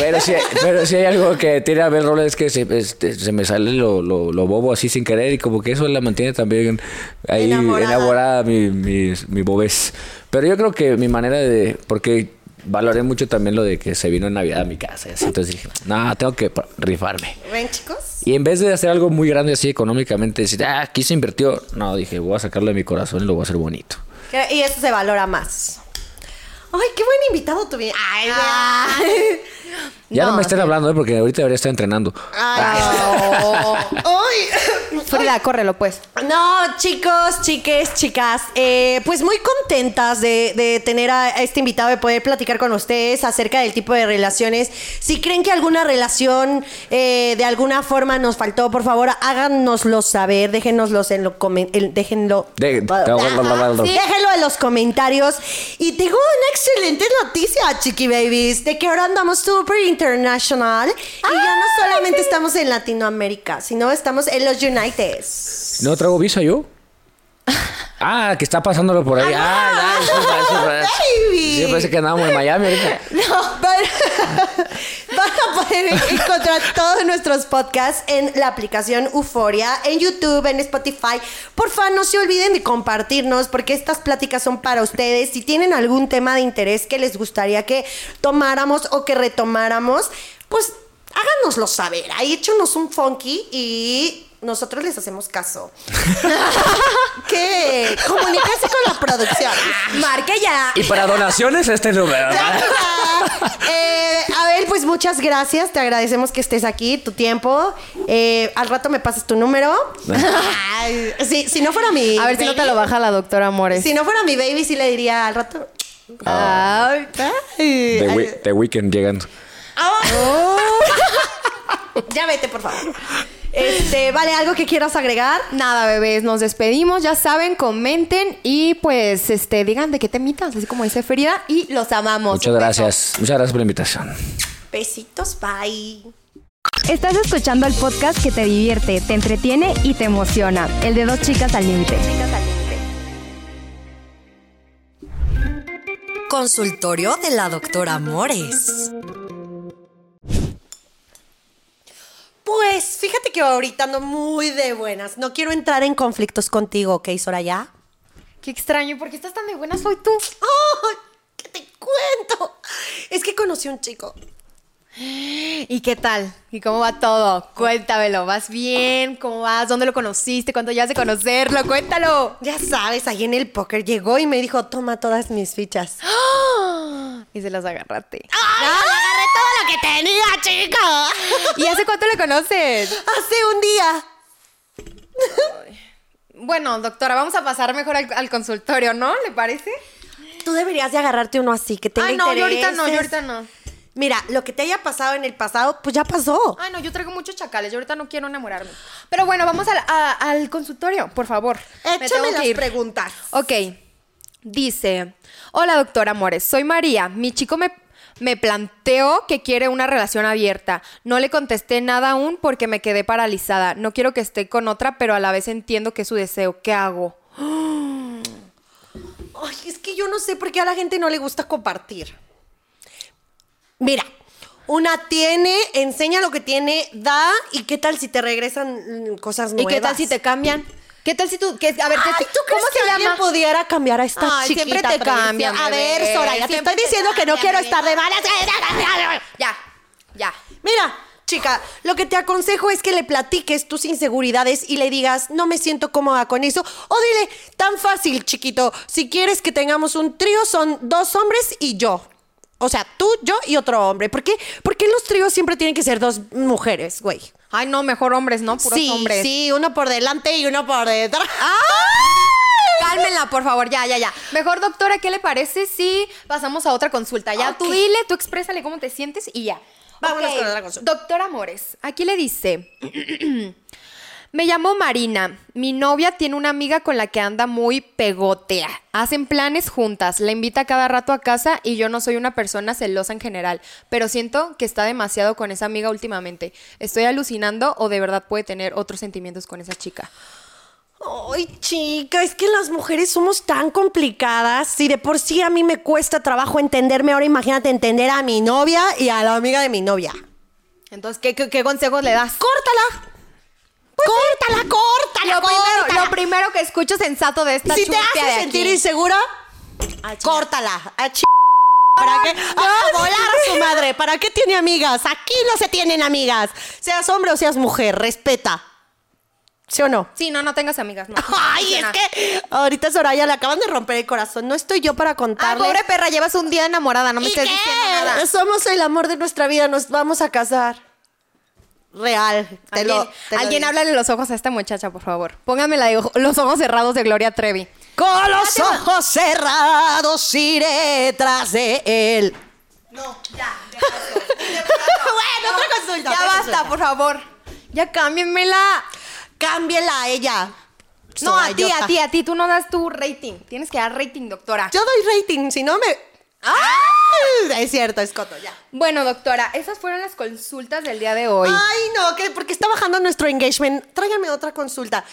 Speaker 1: Pero sí, pero sí hay algo que tiene a ver Robles es que se, este, se me sale lo, lo- lo bobo así sin querer y como que eso la mantiene también ahí enamorada,
Speaker 2: Enamorada.
Speaker 1: mi, mi, mi bobez. Pero yo creo que mi manera de... Porque valoré mucho también lo de que se vino en Navidad a mi casa. y así. entonces dije, no, tengo que pa- rifarme.
Speaker 2: Ven, chicos.
Speaker 1: Y en vez de hacer algo muy grande así económicamente, decir, ah, aquí se invirtió. No, dije, voy a sacarlo de mi corazón y lo voy a hacer bonito.
Speaker 2: Que- Y eso se valora más. Ay, qué buen invitado tuvimos. Ay, ay.
Speaker 1: Ya no, me estén hablando, ¿eh? porque ahorita debería estar entrenando. Ah,
Speaker 2: Ay.
Speaker 3: Frida, córrelo, pues.
Speaker 2: No, chicos, chiques, chicas, eh, pues muy contentas de, de tener a, a este invitado, de poder platicar con ustedes acerca del tipo de relaciones. Si creen que alguna relación eh, de alguna forma nos faltó, por favor, háganoslo saber, déjenoslo en lo comen- en- déjenlo.
Speaker 1: De-
Speaker 2: Ajá, sí, Déjenlo en los comentarios. Y tengo una excelente noticia, Chiqui Babies, de que ahora andamos super international y ya no solamente estamos en Latinoamérica, sino estamos en los United.
Speaker 1: ¿No traigo visa yo? Ah, que está pasándolo por ahí. Ah, ya, eso parece-
Speaker 2: Baby.
Speaker 1: Sí, parece que andábamos en Miami ahorita.
Speaker 2: No, van, van a poder encontrar todos nuestros podcasts en la aplicación Euforia, en YouTube, en Spotify. Porfa, no se olviden de compartirnos porque estas pláticas son para ustedes. Si tienen algún tema de interés que les gustaría que tomáramos o que retomáramos, pues háganoslo saber. Ahí échanos un funky y nosotros les hacemos caso. ¿Qué? Comuníquense con la producción.
Speaker 3: Ah,
Speaker 2: Marque ya.
Speaker 1: Y para donaciones, este número. ¿verdad?
Speaker 2: Eh, Abel, pues muchas gracias. Te agradecemos que estés aquí, tu tiempo. Eh, al rato me pasas tu número. Ay, si, si no fuera mi.
Speaker 3: A ver si no te lo baja la doctora Amores.
Speaker 2: Si no fuera mi baby, sí le diría al rato.
Speaker 3: Ah.
Speaker 2: Ay, ay,
Speaker 1: The,
Speaker 2: ay.
Speaker 1: Wee- The Weeknd llegando.
Speaker 3: Oh.
Speaker 2: ya vete, por favor.
Speaker 3: Eh,
Speaker 2: Este, vale, ¿algo que quieras agregar?
Speaker 3: Nada, bebés, nos despedimos, ya saben, comenten y pues este digan de qué temitas, así como dice Frida, y los amamos.
Speaker 1: Muchas gracias. Muchas gracias por la invitación.
Speaker 2: Besitos, bye.
Speaker 10: Estás escuchando el podcast que te divierte, te entretiene y te emociona. El de dos chicas al límite.
Speaker 11: Consultorio de la doctora Amores.
Speaker 2: Pues fíjate que ahorita ando muy de buenas. No quiero entrar en conflictos contigo, ¿ok, Soraya?
Speaker 3: Qué extraño, porque estás tan de buenas hoy tú.
Speaker 2: ¡Ay! ¿Qué te cuento? Es que conocí a un chico.
Speaker 3: ¿Y qué tal? ¿Y cómo va todo? Cuéntamelo, ¿vas bien? ¿Cómo vas? ¿Dónde lo conociste? ¿Cuánto llevas de conocerlo? Cuéntalo.
Speaker 2: Ya sabes, ahí en el póker llegó y me dijo, toma todas mis fichas.
Speaker 3: Y se las agarraste.
Speaker 2: agarré todo lo que tenía, chico.
Speaker 3: ¿Y hace cuánto le conoces?
Speaker 2: Hace un día.
Speaker 3: Bueno, doctora, vamos a pasar mejor al, al consultorio, ¿no? ¿Le parece?
Speaker 2: Tú deberías de agarrarte uno así, que tenga
Speaker 3: Ay, no, yo ahorita no, yo
Speaker 2: intereses.
Speaker 3: ahorita no.
Speaker 2: Mira, lo que te haya pasado en el pasado, pues ya pasó.
Speaker 3: Ay, Ah, no, yo traigo muchos chacales. Yo ahorita no quiero enamorarme. Pero bueno, vamos al, a- al consultorio, por favor. Me tengo
Speaker 2: Échame
Speaker 3: que
Speaker 2: las
Speaker 3: ir.
Speaker 2: preguntas.
Speaker 3: Ok. Dice: Hola, doctora Amores. Soy María. Mi chico me. Me planteó que quiere una relación abierta. No le contesté nada aún porque me quedé paralizada. No quiero que esté con otra, pero a la vez entiendo que es su deseo. ¿Qué hago?
Speaker 2: Ay, es que yo no sé por qué a la gente no le gusta compartir. Mira, una tiene, enseña lo que tiene, da, y qué tal si te regresan mm, cosas
Speaker 3: ¿Y
Speaker 2: nuevas.
Speaker 3: qué tal si te cambian? ¿Qué tal si tú.? que- a ver, ¿qué-
Speaker 2: Ay, ¿tú crees
Speaker 3: ¿cómo
Speaker 2: que
Speaker 3: se
Speaker 2: alguien
Speaker 3: llama?
Speaker 2: pudiera cambiar a esta
Speaker 3: Ay,
Speaker 2: chiquita?
Speaker 3: siempre te
Speaker 2: Patricia?
Speaker 3: cambian,
Speaker 2: A ver,
Speaker 3: bebé.
Speaker 2: Soraya, te
Speaker 3: Siempre
Speaker 2: estoy
Speaker 3: te
Speaker 2: diciendo que no
Speaker 3: cambian,
Speaker 2: quiero
Speaker 3: bebé.
Speaker 2: estar de malas.
Speaker 3: Ya, ya.
Speaker 2: Mira, Chica, lo que te aconsejo es que le platiques tus inseguridades y le digas, no me siento cómoda con eso. O dile, tan fácil, chiquito, si quieres que tengamos un trío, son dos hombres y yo. O sea, tú, yo y otro hombre. ¿Por qué, ¿Por qué los tríos siempre tienen que ser dos mujeres, güey?
Speaker 3: Ay, no, mejor hombres, ¿no? Puros
Speaker 2: sí,
Speaker 3: hombres.
Speaker 2: Sí, uno por delante y uno por detrás.
Speaker 3: ¡Ah! Cálmenla, por favor, ya, ya, ya. Mejor, doctora, ¿qué le parece si pasamos a otra consulta? Ya, tú dile, tú exprésale cómo te sientes y ya.
Speaker 2: Vámonos con la consulta.
Speaker 3: Doctora Amores, aquí le dice. Me llamo Marina. Mi novia tiene una amiga con la que anda muy pegotea. Hacen planes juntas, la invita cada rato a casa y yo no soy una persona celosa en general, pero siento que está demasiado con esa amiga últimamente. ¿Estoy alucinando o de verdad puede tener otros sentimientos con esa chica?
Speaker 2: Ay, chica, es que las mujeres somos tan complicadas. Si de por sí a mí me cuesta trabajo entenderme, ahora imagínate entender a mi novia y a la amiga de mi novia.
Speaker 3: Entonces, ¿qué, qué, qué consejos le das?
Speaker 2: ¡Córtala! ¡Córtala,
Speaker 3: Pues lo,
Speaker 2: córtala, córtala!
Speaker 3: Primero, lo primero que escucho sensato de esta
Speaker 2: Si te
Speaker 3: chuntia de
Speaker 2: hace
Speaker 3: aquí.
Speaker 2: sentir insegura, córtala. A ch- ¿Para qué? A, a volar a su madre. ¿Para qué tiene amigas? Aquí no se tienen amigas. Seas hombre o seas mujer, respeta. ¿Sí o no?
Speaker 3: Sí, no, no tengas amigas, no.
Speaker 2: Ay, es que ahorita Soraya le acaban de romper el corazón. No estoy yo para
Speaker 3: Ay,
Speaker 2: contarle.
Speaker 3: Ah, pobre perra, llevas un día enamorada, no me
Speaker 2: ¿Y
Speaker 3: estés
Speaker 2: qué?
Speaker 3: diciendo nada.
Speaker 2: Somos el amor de nuestra vida, nos vamos a casar. Real. Te
Speaker 3: Alguien,
Speaker 2: lo, te lo
Speaker 3: alguien
Speaker 2: digo.
Speaker 3: háblale los ojos a esta muchacha, por favor. Póngame la de ojo- los ojos cerrados de Gloria Trevi.
Speaker 2: Con los ojos cerrados iré tras de él. bueno, otra consulta.
Speaker 3: ya
Speaker 2: otra
Speaker 3: basta,
Speaker 2: consulta.
Speaker 3: por favor. Ya cámbienmela.
Speaker 2: Cámbiela a ella. Pues
Speaker 3: No, a ti,
Speaker 2: Sorayota.
Speaker 3: a ti, a ti. Tú no das tu rating. Tienes que dar rating, doctora.
Speaker 2: Yo doy rating, si no me. ¡Ah! Es cierto, es coto, ya.
Speaker 3: Bueno, doctora, esas fueron las consultas del día de hoy.
Speaker 2: Ay, no, que porque está bajando nuestro engagement. Tráigame otra consulta.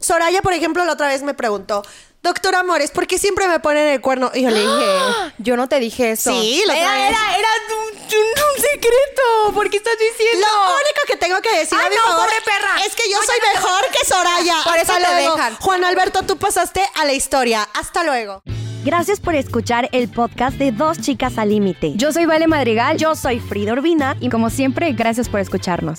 Speaker 2: Soraya, por ejemplo, la otra vez me preguntó, doctor Amores, ¿por qué siempre me ponen el cuerno? Y yo le dije,
Speaker 3: Yo no te dije eso.
Speaker 2: Sí, la
Speaker 3: era,
Speaker 2: otra
Speaker 3: era,
Speaker 2: vez.
Speaker 3: era un, un- un secreto. ¿Por qué estás diciendo?
Speaker 2: lo único que tengo que decir
Speaker 3: Ah,
Speaker 2: a mi
Speaker 3: no,
Speaker 2: favor
Speaker 3: pobre perra.
Speaker 2: es que yo
Speaker 3: No,
Speaker 2: soy
Speaker 3: ya no te voy
Speaker 2: mejor
Speaker 3: a-
Speaker 2: que Soraya.
Speaker 3: Por eso
Speaker 2: Hasta
Speaker 3: te
Speaker 2: luego.
Speaker 3: dejan.
Speaker 2: Juan Alberto, tú pasaste a la historia. Hasta luego.
Speaker 7: Gracias por escuchar el podcast de Dos Chicas al Límite. Yo soy Vale Madrigal, yo soy Frida Urbina y como siempre, gracias por escucharnos.